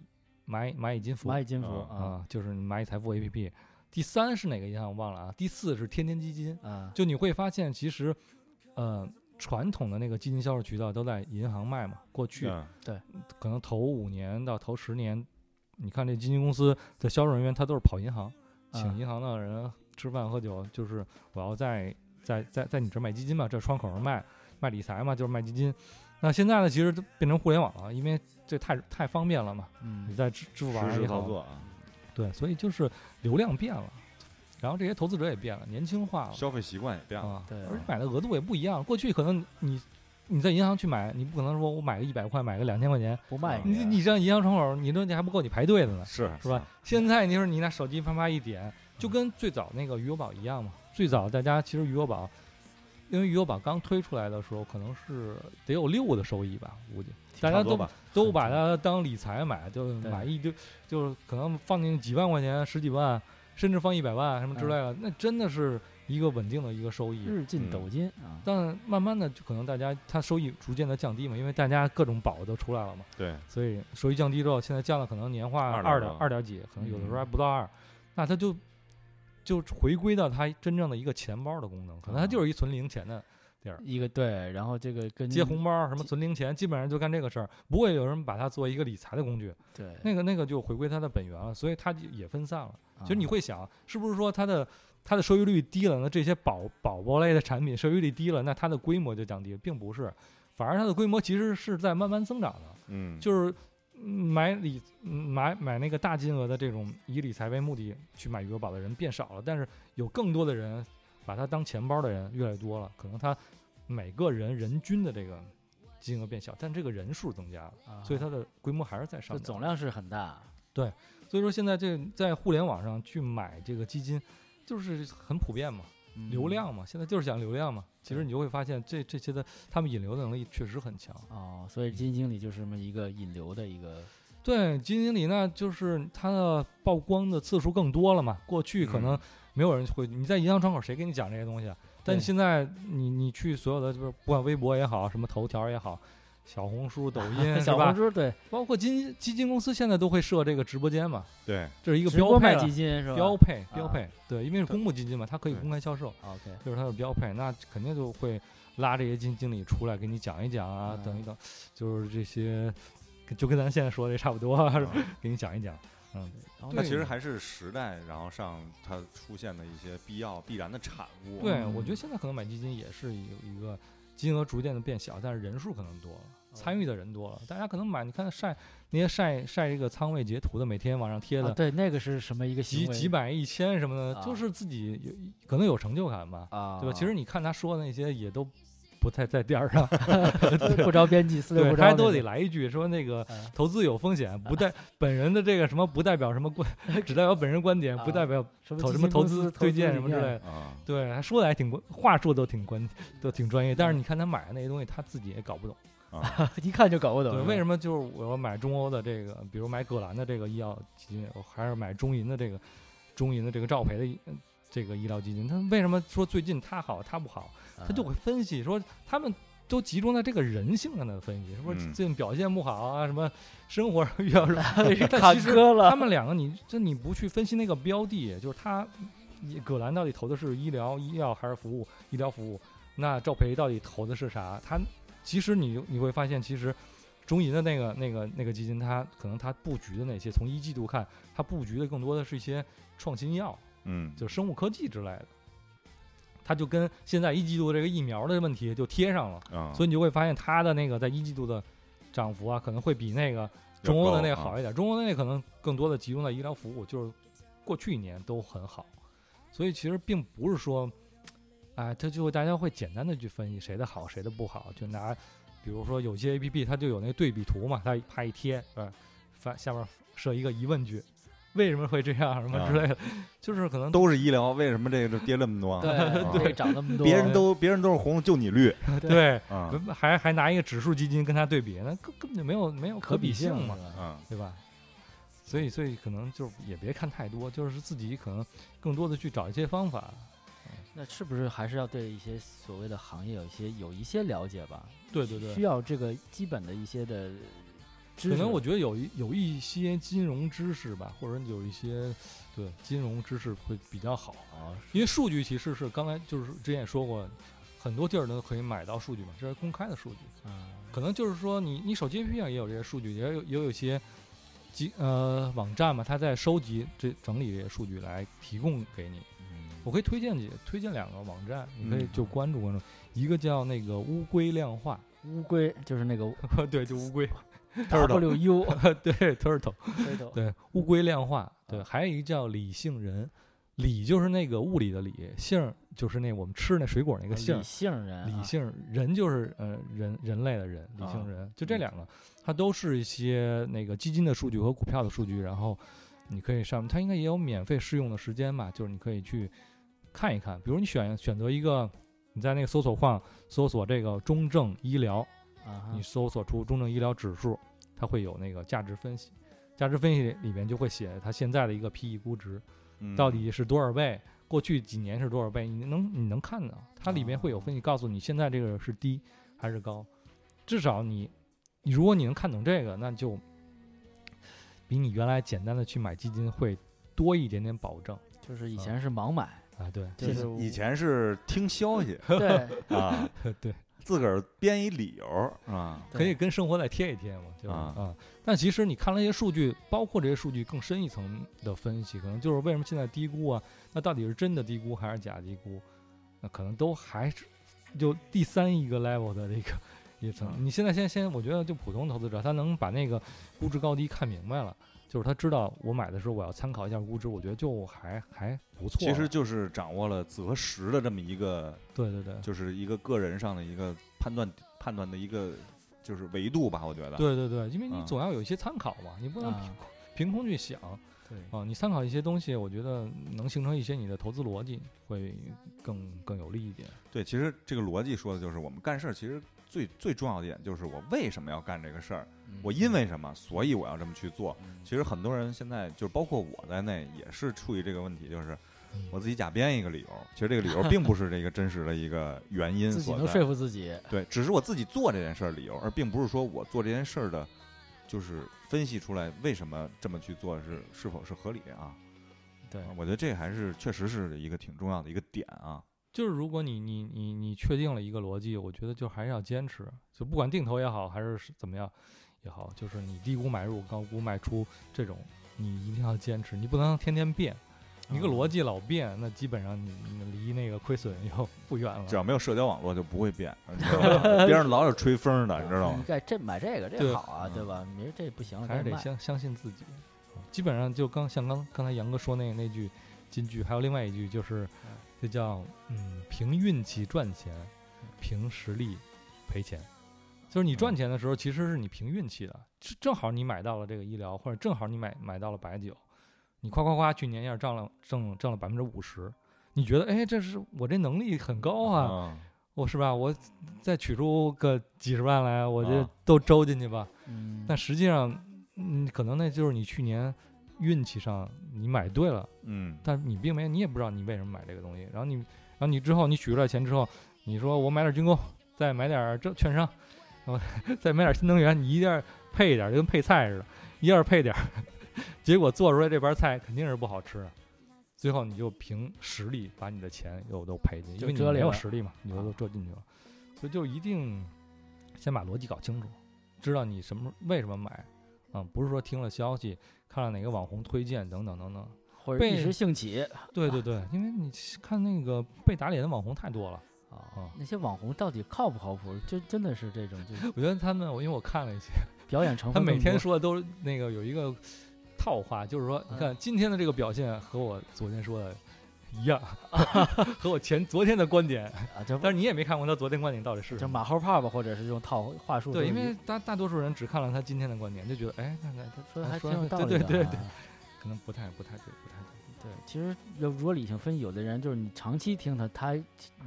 C: 蚂蚁蚂蚁金服
B: 蚂蚁金服
A: 啊
B: 啊
C: 啊，就是蚂蚁财富 APP，第三是哪个银行我忘了啊，第四是天天基金。
B: 啊，
C: 就你会发现，其实，呃，传统的那个基金销售渠道都在银行卖嘛。过去
A: 嗯
C: 可能头五年到头十年，你看这基金公司的销售人员，他都是跑银行，请
B: 啊
C: 银行的人吃饭喝酒，就是我要在在在在你这儿卖基金嘛，这窗口上卖卖理财嘛，就是卖基金。那现在呢，其实都变成互联网了，因为这太太方便了嘛，你
B: 嗯，
C: 在支支付宝
A: 实
C: 上也
A: 时操
C: 好，
A: 作啊，
C: 对，所以就是流量变了，然后这些投资者也变了，年轻化了。
A: 消费习惯也变了，
C: 啊，
B: 对
C: 而且买的额度也不一样。过去可能你你在银行去买，你不可能说我买个一百块，买个两千块钱，
B: 不
A: 嗯
B: 卖
C: 啊你你上银行窗口，你那还不够你排队的呢，
A: 是
C: 是吧？？现在你说你拿手机啪啪一点，就跟最早那个余额宝一样嘛。最早大家其实余额宝，因为余额宝刚推出来的时候，可能是得有六个的收益吧，估计大
A: 差
C: 家
A: 不多
C: 都
A: 吧，
C: 都把它当理财买，就
B: 对
C: 买一堆，就是可能放进几万块钱、十几万，甚至放一百万什么之类的，那真的是一个稳定的一个收益。
B: 日进
A: 嗯
B: 斗金啊，
C: 但慢慢的，就可能大家它收益逐渐的降低嘛，因为大家各种宝都出来了嘛，
A: 对，
C: 所以收益降低之后，现在降了可能年化
A: 2.2
C: 二点嗯二点几，可能有的时候还不到二，那它就就回归到它真正的一个钱包的功能，可能它就是一存零钱的
B: 一个对，然后这个跟
C: 接红包，什么存零钱，基本上就干这个事儿，不会有人把它作为一个理财的工具，
B: 对，
C: 那个那个就回归它的本源了，所以它就也分散了。其实你
B: 啊
C: 会想，是不是说它的它的收益率低了？那这些宝宝宝类的产品收益率低了，那它的规模就降低了，并不是，反而它的规模其实是在慢慢增长的。
A: 嗯，
C: 就是嗯买理嗯买买那个大金额的这种以理财为目的去买余额宝的人变少了，但是有更多的人把它当钱包的人越来越多了，可能他每个人人均的这个金额变小，但这个人数增加了，
B: 啊
C: 所以它的规模还是在上
B: 这
C: 面的。
B: 总量是很大，
C: 所以说现在这在互联网上去买这个基金，就是很普遍嘛，
B: 嗯
C: 流量嘛，现在就是讲流量嘛。其实你就会发现这这些的他们引流的能力确实很强。
B: 哦，所以基金经理就是这么一个引流的一个
C: 对基金经理呢，就是他的曝光的次数更多了嘛。过去可能
A: 嗯
C: 没有人会，你在银行窗口谁给你讲这些东西啊？但
B: 对
C: 现在你你去所有的就是不管微博也好，什么头条也好，小红
B: [laughs]
C: 书、 [laughs] 抖音是
B: 小红
C: 吧？
B: 书对，
C: 包括基金基金公司现在都会设这个直播间嘛，
A: 对，
C: 这是一个
B: 直
C: 标
B: 播
C: 配
B: 卖
C: 了
B: 基金是吧？
C: 标配标
B: 啊
C: 配，对，因为是
A: 对
C: 公募基金嘛，它可以
A: 对
C: 公开销售，
B: 哦 OK，
C: 就是它的标配，那肯定就会拉这些基金经理出来给你讲一讲啊，
B: 嗯
C: 等一等，就是这些，就跟咱现在说的也差不多，
A: 嗯
C: [laughs] 给你讲一讲。
B: 然后
A: 它
C: 对
A: 其实还是时代，然后上它出现的一些必要必然的产物。啊
C: 对，我觉得现在可能买基金也是有一个金额逐渐的变小，但是人数可能多了，参与的人多了，
B: 嗯
C: 大家可能买，你看晒那些晒晒这个仓位截图的，每天往上贴
B: 啊
C: 的。
B: 对那个是什么一个
C: 几
B: 行为
C: 几百、一千什么的，
B: 啊
C: 就是自己有可能有成就感吧。
B: 啊？
C: 对吧？其实你看他说的那些也都不太在点
B: [laughs]
C: 儿上，
B: 不着边际，
C: [laughs]
B: 四六
C: 对，
B: 不
C: 他
B: 着
C: 都
B: 那
C: 得
B: 个
C: 来一句说那个
B: 啊
C: 投资有风险，
B: [laughs]
C: 不代本人的这个什么不代表什么观，只代表本人观点，不代
B: 啊
C: 表
B: 什么
C: 投
B: 基
C: 什么
B: 金
C: 投
B: 公司
C: 资推荐
B: 理
C: 什么之类
B: 念
C: 的。
A: 啊，
C: 对，他说的还挺关，话术都挺关，都挺专业。
B: 嗯
C: 但是你看他买的那些东西，他自己也搞不懂。
B: [laughs] 一看就搞不懂
C: 对，
B: 是吧。
C: 为什么就是我要买中欧的这个，比如买葛兰的这个医药基金，我还是买中银的这个中银的这个赵培的医这个医疗基金？他为什么说最近他好，他不好？
B: 啊
C: 他
B: [laughs]
C: 就会分析说，他们都集中在这个人性上的分析，是不是
A: 嗯
C: 最近表现不好啊？什么生活上遇到什么但
B: 坎
C: 其实
B: 坷了
C: 他们两个你，这你不去分析那个标的，就是他你葛兰到底投的是医疗、医药还是服务？医疗服务，那赵培到底投的是啥？他其实你你会发现，其实中银的那个那个那个基金，它可能它布局的那些，从一季度看，它布局的更多的是一些创新药，
A: 嗯，
C: 就生物科技之类的，它就跟现在一季度这个疫苗的问题就贴上了，
A: 啊，
C: 所以你就会发现它的那个在一季度的涨幅啊，可能会比那个
A: 要
C: 中欧的
A: 高
C: 那个
A: 啊
C: 好一点。中欧的那个可能更多的集中在医疗服务，就是过去一年都很好，所以其实并不是说，哎，他就大家会简单的去分析谁的好，谁的不好，就拿，比如说有些 A P P 它就有那个对比图嘛，它啪一贴，呃，发下面设一个疑问句，为什么会这样什
A: 啊
C: 么之类的，就是可能
A: 都是医疗，为什么这个跌那么多？啊
B: 对，
C: [laughs]
B: 会涨那么多，
A: 别人都别人都是红的，就你绿
C: 对，
A: 啊，
C: 还还拿一个指数基金跟它对比，那根根本就没有没有
B: 可
C: 比性嘛
B: 是，吧
A: 嗯，
C: 对吧？所以，所以可能就是也别看太多，就是自己可能更多的去找一些方法。
B: 那是不是还是要对一些所谓的行业有一些有一些了解吧？
C: 对对对，
B: 需要这个基本的一些的知识。
C: 可能我觉得有一有一些金融知识吧，或者有一些对金融知识会比较好，
B: 啊，
C: 因为数据其实是刚才就是之前也说过，很多地儿都可以买到数据嘛，这是公开的数据。
B: 嗯，
C: 可能就是说你你手机 APP 上也有这些数据，也有也有一些机呃网站嘛，它在收集这整理这些数据来提供给你。我可以推荐几推荐两个网站，你可以
A: 嗯
C: 就关注关注，一个叫那个乌龟量化，
B: 乌龟就是那个
C: [laughs] 对，就乌龟
B: W U，
C: [laughs] 对 turtle。对，乌龟量化，对，
B: 啊
C: 还有一个叫理性人，理就是那个物理的理，性儿就是那我们吃那水果那个性
B: 理
C: 儿，
B: 性人啊，
C: 理性人就是呃人人类的人，理性
A: 啊
C: 人，就这两个，它都是一些那个基金的数据和股票的数据，然后你可以上，它应该也有免费试用的时间吧，就是你可以去看一看，比如你选选择一个，你在那个搜索框搜索这个中正医疗，
B: 啊哈，
C: 你搜索出中正医疗指数，它会有那个价值分析，价值分析里面就会写它现在的一个 P/E 估值
A: 嗯
C: 到底是多少倍，过去几年是多少倍，你能你能看到，它里面会有分析告诉你现在这个是低还是高，至少你你如果你能看懂这个，那就比你原来简单的去买基金会多一点点保证
B: 就是以前是盲
C: [laughs]
B: 买，
C: 啊，对
B: 就
A: 以
B: 是
A: 嗯以前是听消息
B: 对，
A: 啊，
C: [laughs] 对。
A: 自个儿编一理由啊，
B: 对
C: 可以跟生活再贴一贴嘛，就是
A: 啊
C: 啊。但其实你看了这些数据，包括这些数据更深一层的分析，可能就是为什么现在低估啊？那到底是真的低估还是假低估？那可能都还是就第三一个 level 的这个一层。
A: 嗯
C: 你现在先先，我觉得就普通投资者，他能把那个估值高低看明白了，就是他知道我买的时候我要参考一下估值，我觉得就还还不错了。啊
A: 其实就是掌握了子和时的这么一个，
C: 对对对
A: 就是一个个人上的一个判断判断的一个就是维度吧，我觉得。，
C: 对对对，因为你
A: 嗯
C: 总要有一些参考嘛，你不能凭
B: 啊，
C: 凭空去想。
B: 对，
C: 啊，你参考一些东西，我觉得能形成一些你的投资逻辑，会更更有利一点。
A: 对，其实这个逻辑说的就是我们干事儿，其实最最重要的一点就是我为什么要干这个事儿，我因为什么，所以我要这么去做。
B: 嗯
A: 其实很多人现在就是包括我在内，也是处于这个问题，就是
C: 嗯
A: 我自己假编一个理由，其实这个
B: [laughs]
A: 理由并不是这个真实的一个原因
B: 自己
A: 所
B: 能
A: 在。
B: 说服自己，
A: 对，只是我自己做这件事儿理由，而并不是说我做这件事儿的，就是分析出来为什么这么去做是是否是合理啊？
B: 对，
C: 哦
A: 啊我觉得这还是确实是一个挺重要的一个点啊。
C: 就是如果你你你你确定了一个逻辑，我觉得就还是要坚持，就不管定投也好，还是是怎么样也好，就是你低估买入，高估卖出这种，你一定要坚持，你不能天天变。一个
B: 嗯
C: 逻辑老变，那基本上你你离那个亏损又不远了。
A: 只要没有社交网络就不会变，你知道
C: [laughs]
A: 吗 [laughs] 别人老有吹风的，你知道
B: 你
A: 吗？
B: 该这买这个
C: 对
B: 这好啊，
A: 嗯
B: 对吧？明儿这不行了，
C: 还是
B: 该
C: 得
B: 卖
C: 相相信自己。基本上就刚像刚刚才杨哥说那那句金句，还有另外一句就是，就叫嗯凭运气赚钱，凭实力赔钱。就是你赚钱的时候，其实是你凭运气的，正正好你买到了这个医疗，或者正好你买买到了白酒，你夸夸夸去年一下挣了挣挣了百分之五十，你觉得哎这是我这能力很高啊，
A: 啊，
C: 我是吧？我再取出个几十万来，我这
A: 啊
C: 都周进去吧。
B: 嗯，
C: 但实际上，嗯，可能那就是你去年运气上你买对了，
A: 嗯，
C: 但你并没有，你也不知道你为什么买这个东西。然后你，然后你之后你取出来钱之后，你说我买点军工，再买点这券商，我再买点新能源，你一定配一点，就跟配菜似的，一定配点儿。 [laughs] 结果做出来这盘菜肯定是不好吃的，最后你就凭实力把你的钱又都赔进去，因
B: 就
C: 为你
B: 折
C: 没
B: 里
C: 有
B: 了啊
C: 实力嘛，你就都折进去了。所以就一定先把逻辑搞清楚，知道你什么为什么买啊、不是说听了消息，看了哪个网红推荐等等等等。
B: 或者一
C: 被
B: 时兴起
C: 对对对，因为你看那个被打脸的网红太多了，
B: 啊，那些网红到底靠不靠谱？就真的是这种，就是
C: 我觉得他们，我因为我看了一些，
B: 表演成
C: 他
B: 分
C: 每
B: 更多
C: 天说的都是那个有一个套话，就是说，你看今天的这个表现和我昨天说的一样，和我前昨天的观点，
B: 啊，就
C: 但是你也没看过他昨天观点到底是
B: 就
C: 什么。
B: 马后炮吧，或者是用套话术都
C: 对，
B: 是一。
C: 因为大大多数人只看了他今天的观点，就觉得哎，那那他
B: 说的
C: 他
B: 还挺
C: 说
B: 有
C: 的
B: 道
C: 对
B: 理的、啊。
C: 对对对，可能不太不太对，不太
B: 对，
C: 对。
B: 其实要如果理性分析，有的人就是你长期听他，他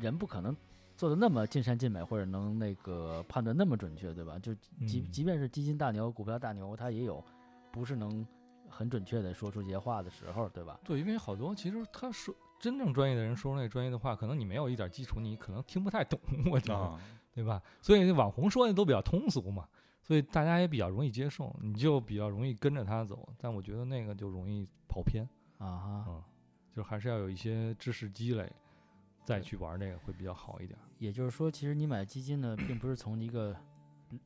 B: 人不可能做的那么尽善尽美，或者能那个判断那么准确，对吧？就即
C: 嗯
B: 即便是基金大牛、股票大牛，他也有不是能很准确的说出这些话的时候，对吧？
C: 对，因为好多其实他说真正专业的人说出那专业的话，可能你没有一点基础，你可能听不太懂，我觉得，
A: 啊，
C: 对吧？所以网红说的都比较通俗嘛，所以大家也比较容易接受，你就比较容易跟着他走。但我觉得那个就容易跑偏，
B: 啊哈，
C: 嗯，就还是要有一些知识积累，再
B: 对
C: 去玩这个会比较好一点。
B: 也就是说，其实你买基金呢，并不是从一个。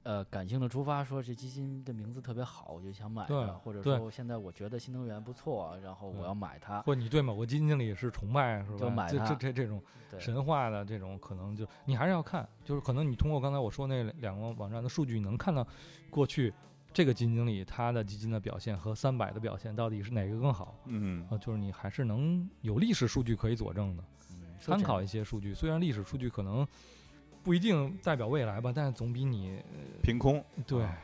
B: 呃，感性的出发，说这基金的名字特别好，我就想买
C: 对
B: 它，或者
C: 对
B: 说现在我觉得新能源不错，然后我
C: 对
B: 要买它。
C: 或者你对某个基金经理是崇拜，是
B: 就
C: 吧？
B: 买
C: 这
B: 它
C: 这这这种
B: 对，
C: 神话的这种，可能就你还是要看，就是可能你通过刚才我说那两个网站的数据，你能看到过去这个基金经理他的基金的表现和三百的表现到底是哪个更好
A: 嗯
C: 啊？就是你还是能有历史数据可以佐证的，
B: 嗯说
C: 参
B: 真
C: 考一些数据，虽然历史数据可能不一定代表未来吧，但是总比你呃
A: 凭空，
C: 对
A: 啊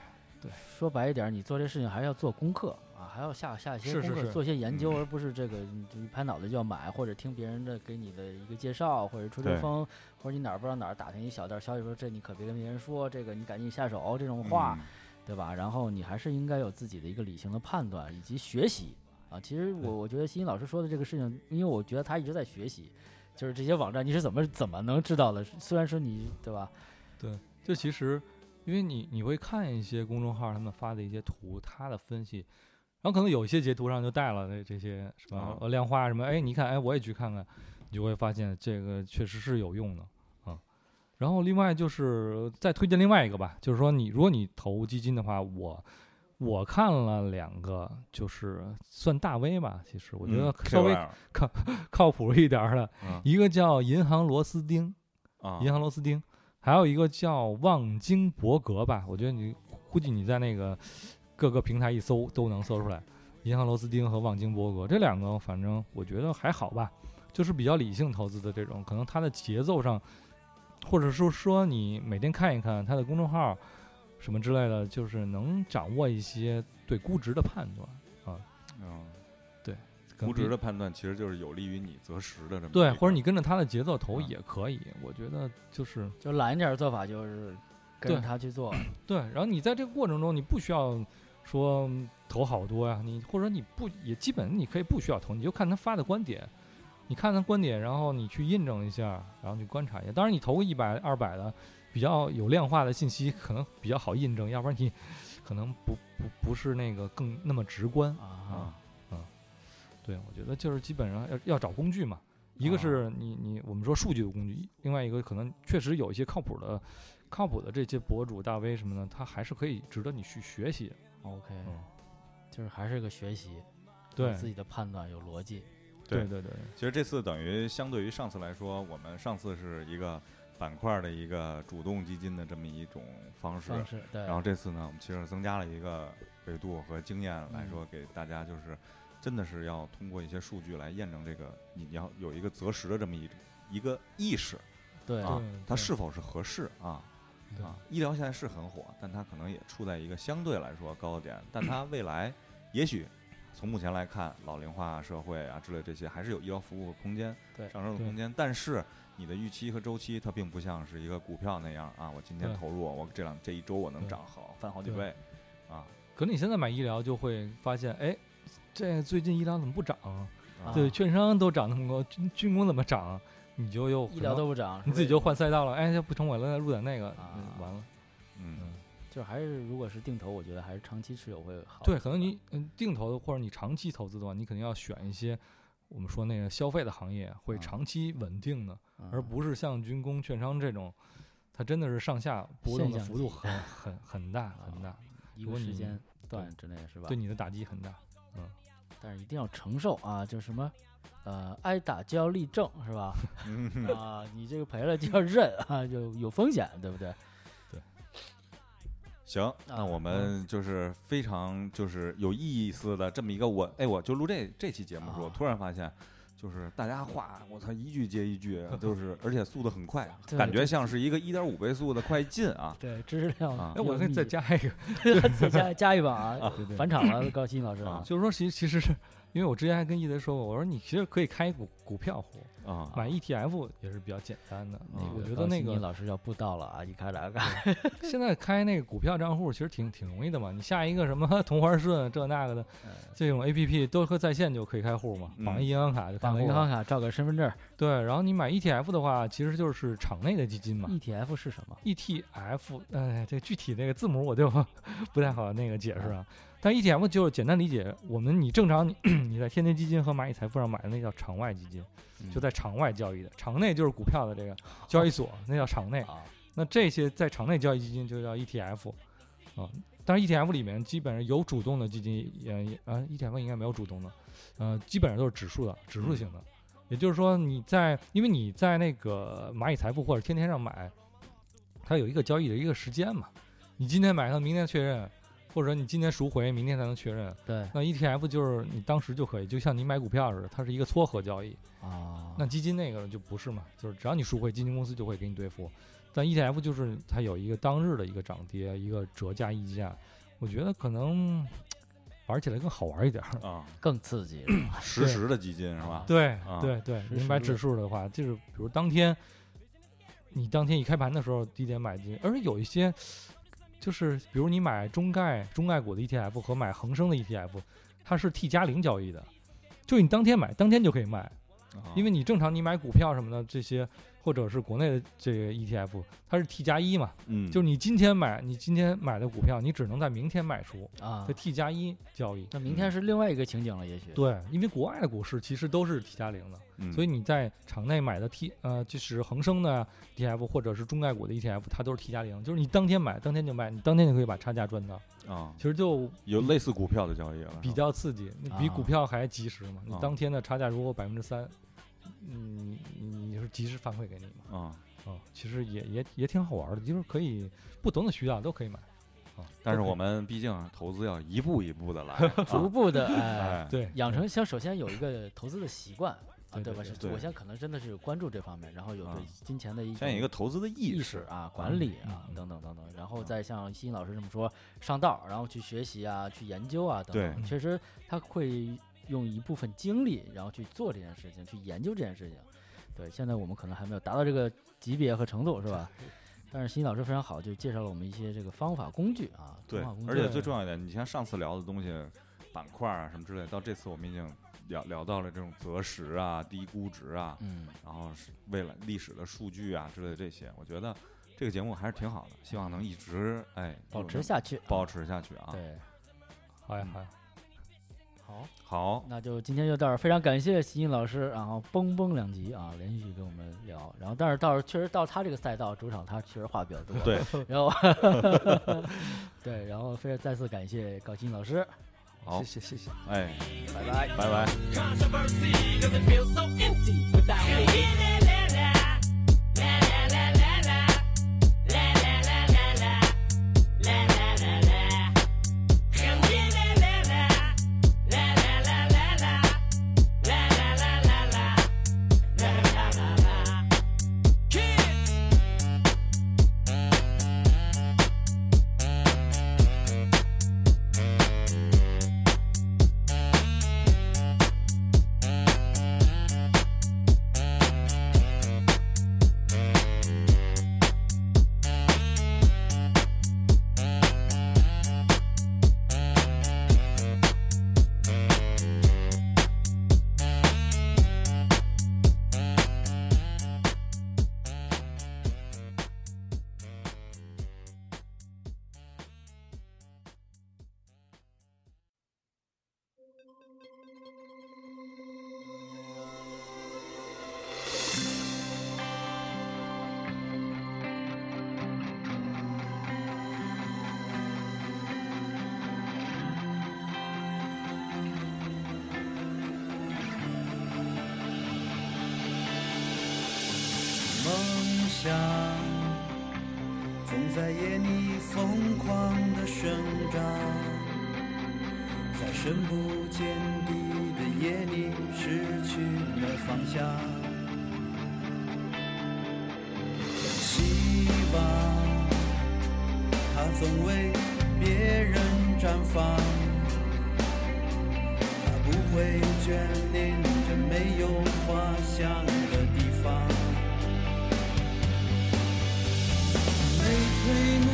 B: 说白一点儿，你做这事情还是要做功课啊，还要下下一些
C: 是
B: 功课，
C: 是是
B: 做一些研究，
A: 嗯
B: 而不是这个你就一拍脑袋就要买，或者听别人的给你的一个介绍，或者吹吹
A: 对
B: 风，或者你哪儿不知道哪儿打听一小道消息说这你可别跟别人说，这个你赶紧下手这种话，
A: 嗯
B: 对吧？然后你还是应该有自己的一个理性的判断以及学习啊。其实我
C: 对
B: 我觉得欣欣老师说的这个事情，因为我觉得他一直在学习，就是这些网站你是怎么怎么能知道的？虽然说你对吧？
C: 这其实，因为你你会看一些公众号他们发的一些图，他的分析，然后可能有一些截图上就带了这这些什么
A: 啊
C: 呃量化什么，哎，你看，哎，我也去看看，你就会发现这个确实是有用的啊。然后另外就是再推荐另外一个吧，就是说你如果你投基金的话，我我看了两个，就是算大 V 吧，其实我觉得
A: 嗯
C: 稍微
A: KOL
C: 靠谱一点儿的，
A: 嗯
C: 一个叫银行螺丝钉。
A: 啊，
C: 银行螺丝钉，还有一个叫望京伯格吧。我觉得你估计你在那个各个平台一搜都能搜出来，银行螺丝钉和望京伯格这两个，反正我觉得还好吧，就是比较理性投资的这种，可能它的节奏上，或者说说你每天看一看它的公众号什么之类的，就是能掌握一些对估值的判断。
A: 嗯
C: 可能
A: 估
C: 比
A: 值的判断其实就是有利于你择时的这么
C: 对，
A: 一个
C: 或者你跟着它的节奏投
A: 嗯
C: 也可以，我觉得就是
B: 就懒一点儿的做法就是跟着
C: 对
B: 他去
C: [clears throat]
B: 做。啊
C: 对，然后你在这个过程中，你不需要说投好多呀、你或者你不也基本你可以不需要投，你就看他发的观点，你看他观点，然后你去印证一下，然后去观察一下。当然，你投个一百、二百的，比较有量化的信息，可能比较好印证，要不然你可能不不不是那个更那么直观。
B: 啊
A: 啊，
C: 对，我觉得就是基本上要要找工具嘛，一个
A: 啊
C: 是你你我们说数据的工具，另外一个可能确实有一些靠谱的、靠谱的这些博主大 V 什么的，他还是可以值得你去学习。
B: ，OK，、
C: 嗯
B: 就是还是个学习，
C: 对
B: 有自己的判断有逻辑，
A: 对
C: 对对，
A: 其实这次等于相对于上次来说，我们上次是一个板块的一个主动基金的这么一种方式，
B: 方式对，
A: 然后这次呢，我们其实增加了一个维度和经验来说，给大家就是真的是要通过一些数据来验证这个，你你要有一个择时的这么一一个意识
B: 对、
A: 啊
C: 对，
A: 它
C: 对
A: 是否是合适啊
C: 对
A: 啊！医疗现在是很火，但它可能也处在一个相对来说高的点，但它未来也许。从目前来看，老龄化社会啊之类这些，还是有医疗服务空间
B: 对
A: 上升的
C: 对
A: 空间。但是你的预期和周期，它并不像是一个股票那样啊，我今天
C: 对
A: 投入，我这两这一周我能
C: 对
A: 涨好翻好几
C: 对
A: 倍，啊，
C: 可能你现在买医疗就会发现，哎，这最近医疗怎么不涨？
A: 啊
C: 对，券商都涨那么高，军军工怎么涨？你就又
B: 医疗都不涨，
C: 你自己
B: 是
C: 就
B: 为
C: 换赛道了，哎，这不成我了，入点那个，
B: 啊
C: 嗯完了。
A: 嗯
C: 嗯，
B: 就还是如果是定投，我觉得还是长期持有会好。
C: 对，可能你嗯定投的或者你长期投资的话，你肯定要选一些我们说那个消费的行业会
B: 啊
C: 长期稳定的，
B: 嗯
C: 而不是像军工、券商这种，它真的是上下波动
B: 现
C: 的
B: 象
C: 幅度
B: 级
C: 很很很大很大，
B: 一
C: 如
B: 个
C: 果
B: 时
C: 你
B: 间段之内是吧啊
C: 对？你的打击很大。
B: 但是一定要承受啊，就是什么。呃，挨打就要立正，是吧？
A: 嗯，
B: 啊，你这个赔了就要认啊，就有风险，对不对？啊
A: 行，那
B: 嗯
A: 我们就是非常就是有意思的这么一个我，哎，我就录这这期节目的时候，
B: 啊
A: 突然发现，就是大家话，我操，一句接一句，就是而且速度很快，
B: 对
A: 感觉
B: 对
A: 像是一个一点五倍速的快进
B: [laughs]
A: 啊。
B: 对，知识量
A: 啊
C: 哎，我可以再加一个，
B: [laughs] 啊再加加一把啊，
C: 对对
B: 返场了，高鑫老师
A: 啊
B: 啊，
C: 就是说其，其实是因为我之前还跟一德说过，我说你其实可以开股股票户，
A: 啊
C: 买 ETF 也是比较简单的。啊
A: 嗯
C: 我觉
B: 高
C: 得那
B: 鑫
C: 个
B: 老师要布道了啊，一开始啊，
C: 现在开那个股票账户其实挺挺容易的嘛，你下一个什么 [laughs] 同花顺这那个的
B: 嗯
C: 这种 APP 都和在线就可以开户嘛，
A: 嗯
C: 绑银行卡就开
B: 办
C: 户啊
B: 个
C: 了。
B: 银行卡，照个身份证
C: 对，然后你买 ETF 的话，其实就是场内的基金嘛。
B: ，ETF ，E 是什么？
C: ETF，哎，这具体那个字母我就 [laughs] 不太好那个解释啊。但 ETF 就是简单理解，我们你正常你你在天天基金和蚂蚁财富上买的那叫场外基金，就在场外交易的，场内就是股票的这个交易所，那叫场内。
B: 啊，
C: 那这些在场内交易基金就叫 ETF 啊。但是 ETF 里面基本上有主动的基金，也也啊 ETF 应该没有主动的，呃，基本上都是指数的，指数型的。也就是说，你在因为你在那个蚂蚁财富或者天天上买，它有一个交易的一个时间嘛，你今天买它，明天确认，或者你今天赎回，明天才能确认。
B: 对
C: 那 ETF 就是你当时就可以，就像你买股票似的，它是一个撮合交易。
B: 啊，
C: 那基金那个就不是嘛，就是只要你赎回，基金公司就会给你兑付。但 ETF 就是它有一个当日的一个涨跌，一个折价溢价，我觉得可能玩起来更好玩一点儿。
A: 啊，
B: 更刺激了，
A: 实时的基金是吧？
C: 对、
A: 啊
C: 对对，
B: 实
C: 你
B: 时
C: 买
B: 的
C: 指数的话，就是比如当天你当天一开盘的时候低点买进，而且有一些就是比如你买中概中概股的 ETF 和买恒生的 ETF，它是 T 加零交易的，就是你当天买，当天就可以卖。
A: 啊
C: 因为你正常你买股票什么的这些，或者是国内的这个 ETF，它是 T 加一嘛，
A: 嗯，
C: 就是你今天买，你今天买的股票，你只能在明天卖出，
B: 啊
C: 在。T 加一交易。
B: 那明天是另外一个情景了，也许
C: 对，因为国外的股市其实都是 T 加零的，
A: 嗯
C: 所以你在场内买的 T 呃，就是恒生的 ETF 或者是中概股的 ETF，它都是 T 加零，就是你当天买，当天就卖，你当天就可以把差价赚到。
A: 啊，
C: 其实就
A: 有类似股票的交易了，
C: 比
A: 是吧
C: 较刺激，你比
B: 啊
C: 股票还及时嘛。你
A: 啊
C: 当天的差价如果百分之三，你你你是及时反馈给你
A: 啊，
C: 嘛？啊，其实也也也挺好玩的，就是可以不同的需要都可以买啊。
A: 但是
C: 都可以
A: 我们毕竟投资要一步一步的来啊，
B: 逐步的哎，
A: 哎，
C: 对
B: 养成像首先有一个投资的习惯啊，
C: 对
B: 对
C: 对
B: 吧？是
C: 对
A: 对
B: 我先可能真的是关注这方面，然后有
A: 啊
B: 对金钱的一
A: 先有一
B: 种
A: 个投资的
B: 意
A: 意
B: 识
A: 识，
B: 啊、管理啊
C: 嗯嗯
B: 等等等等，然后
A: 嗯
B: 再像新老师这么说上道，然后去学习啊、去研究啊等等，
C: 对
B: 确实他会用一部分精力，然后去做这件事情，去研究这件事情。对，现在我们可能还没有达到这个级别和程度，是吧？但是新老师非常好，就介绍了我们一些这个方法工具啊，
A: 对
B: 方法工，具
A: 而且最重要一点，你像上次聊的东西，板块啊什么之类的，到这次我们已经聊聊到了这种择时啊、低估值啊，
B: 嗯，
A: 然后是为了历史的数据啊之类的这些，我觉得这个节目还是挺好的，希望能一直哎
B: 保
A: 有
B: 持
A: 能
B: 下去，
A: 保持下去啊。
B: 对，
C: 好呀
A: 嗯
C: 好呀，
B: 好。
A: 好，
B: 那就今天就到这儿，非常感谢习近老师，然后蹦蹦两集啊，连续跟我们聊，然后但是到时候确实到他这个赛道主场，他确实话比较多，
A: 对，
B: 然后 [laughs] 对，然后非常再次感谢高鑫老师，
A: 好
C: 谢谢谢谢。
A: 哎，
B: 拜拜。
A: 拜拜。
D: controversy because it feels so empty without me. Kids!
E: 梦想总在夜里疯狂的生长，在在深不见底的夜里失去了方向。希望它总为别人绽放，它不会眷恋着没有花香的地方。没退路。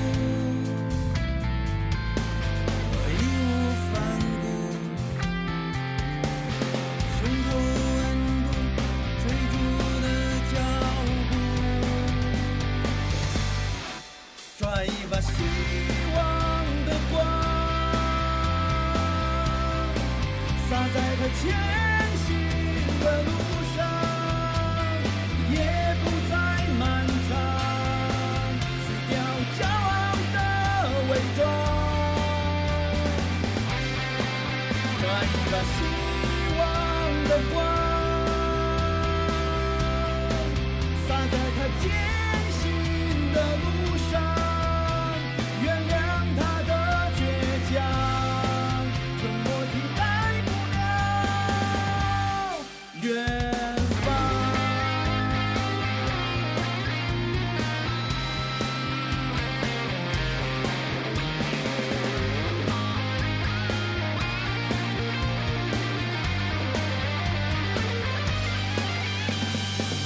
E: 我义无反顾，胸口温度追逐的脚步，转一把希望的光，洒在他前行的路上，也不再漫长，撕掉骄傲的伪装。转一把希望的光，洒在他艰辛的路上，原谅他的倔强，沉默替代不了远方。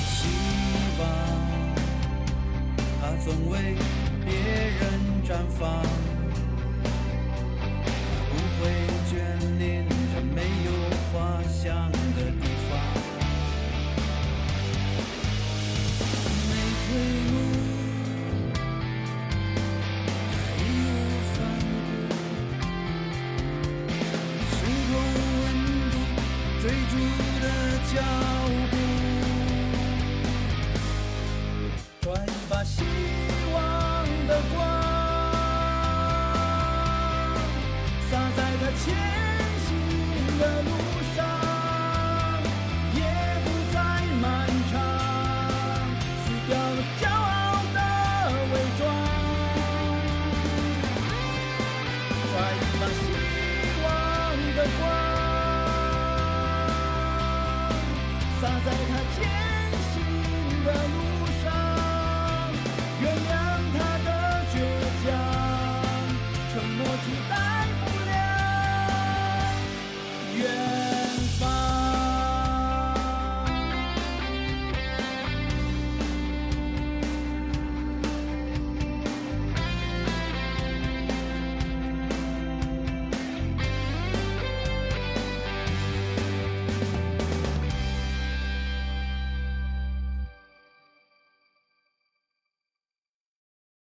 E: 希望，它总为别人绽放，它不会眷恋着没有花香的地方。没退路，它义无反顾，胸口温度追逐的脚步。转一把希望的光，洒在他前行的路上，也不再漫长，撕掉了骄傲的伪装，转一把希望的光，洒在他前行的路上。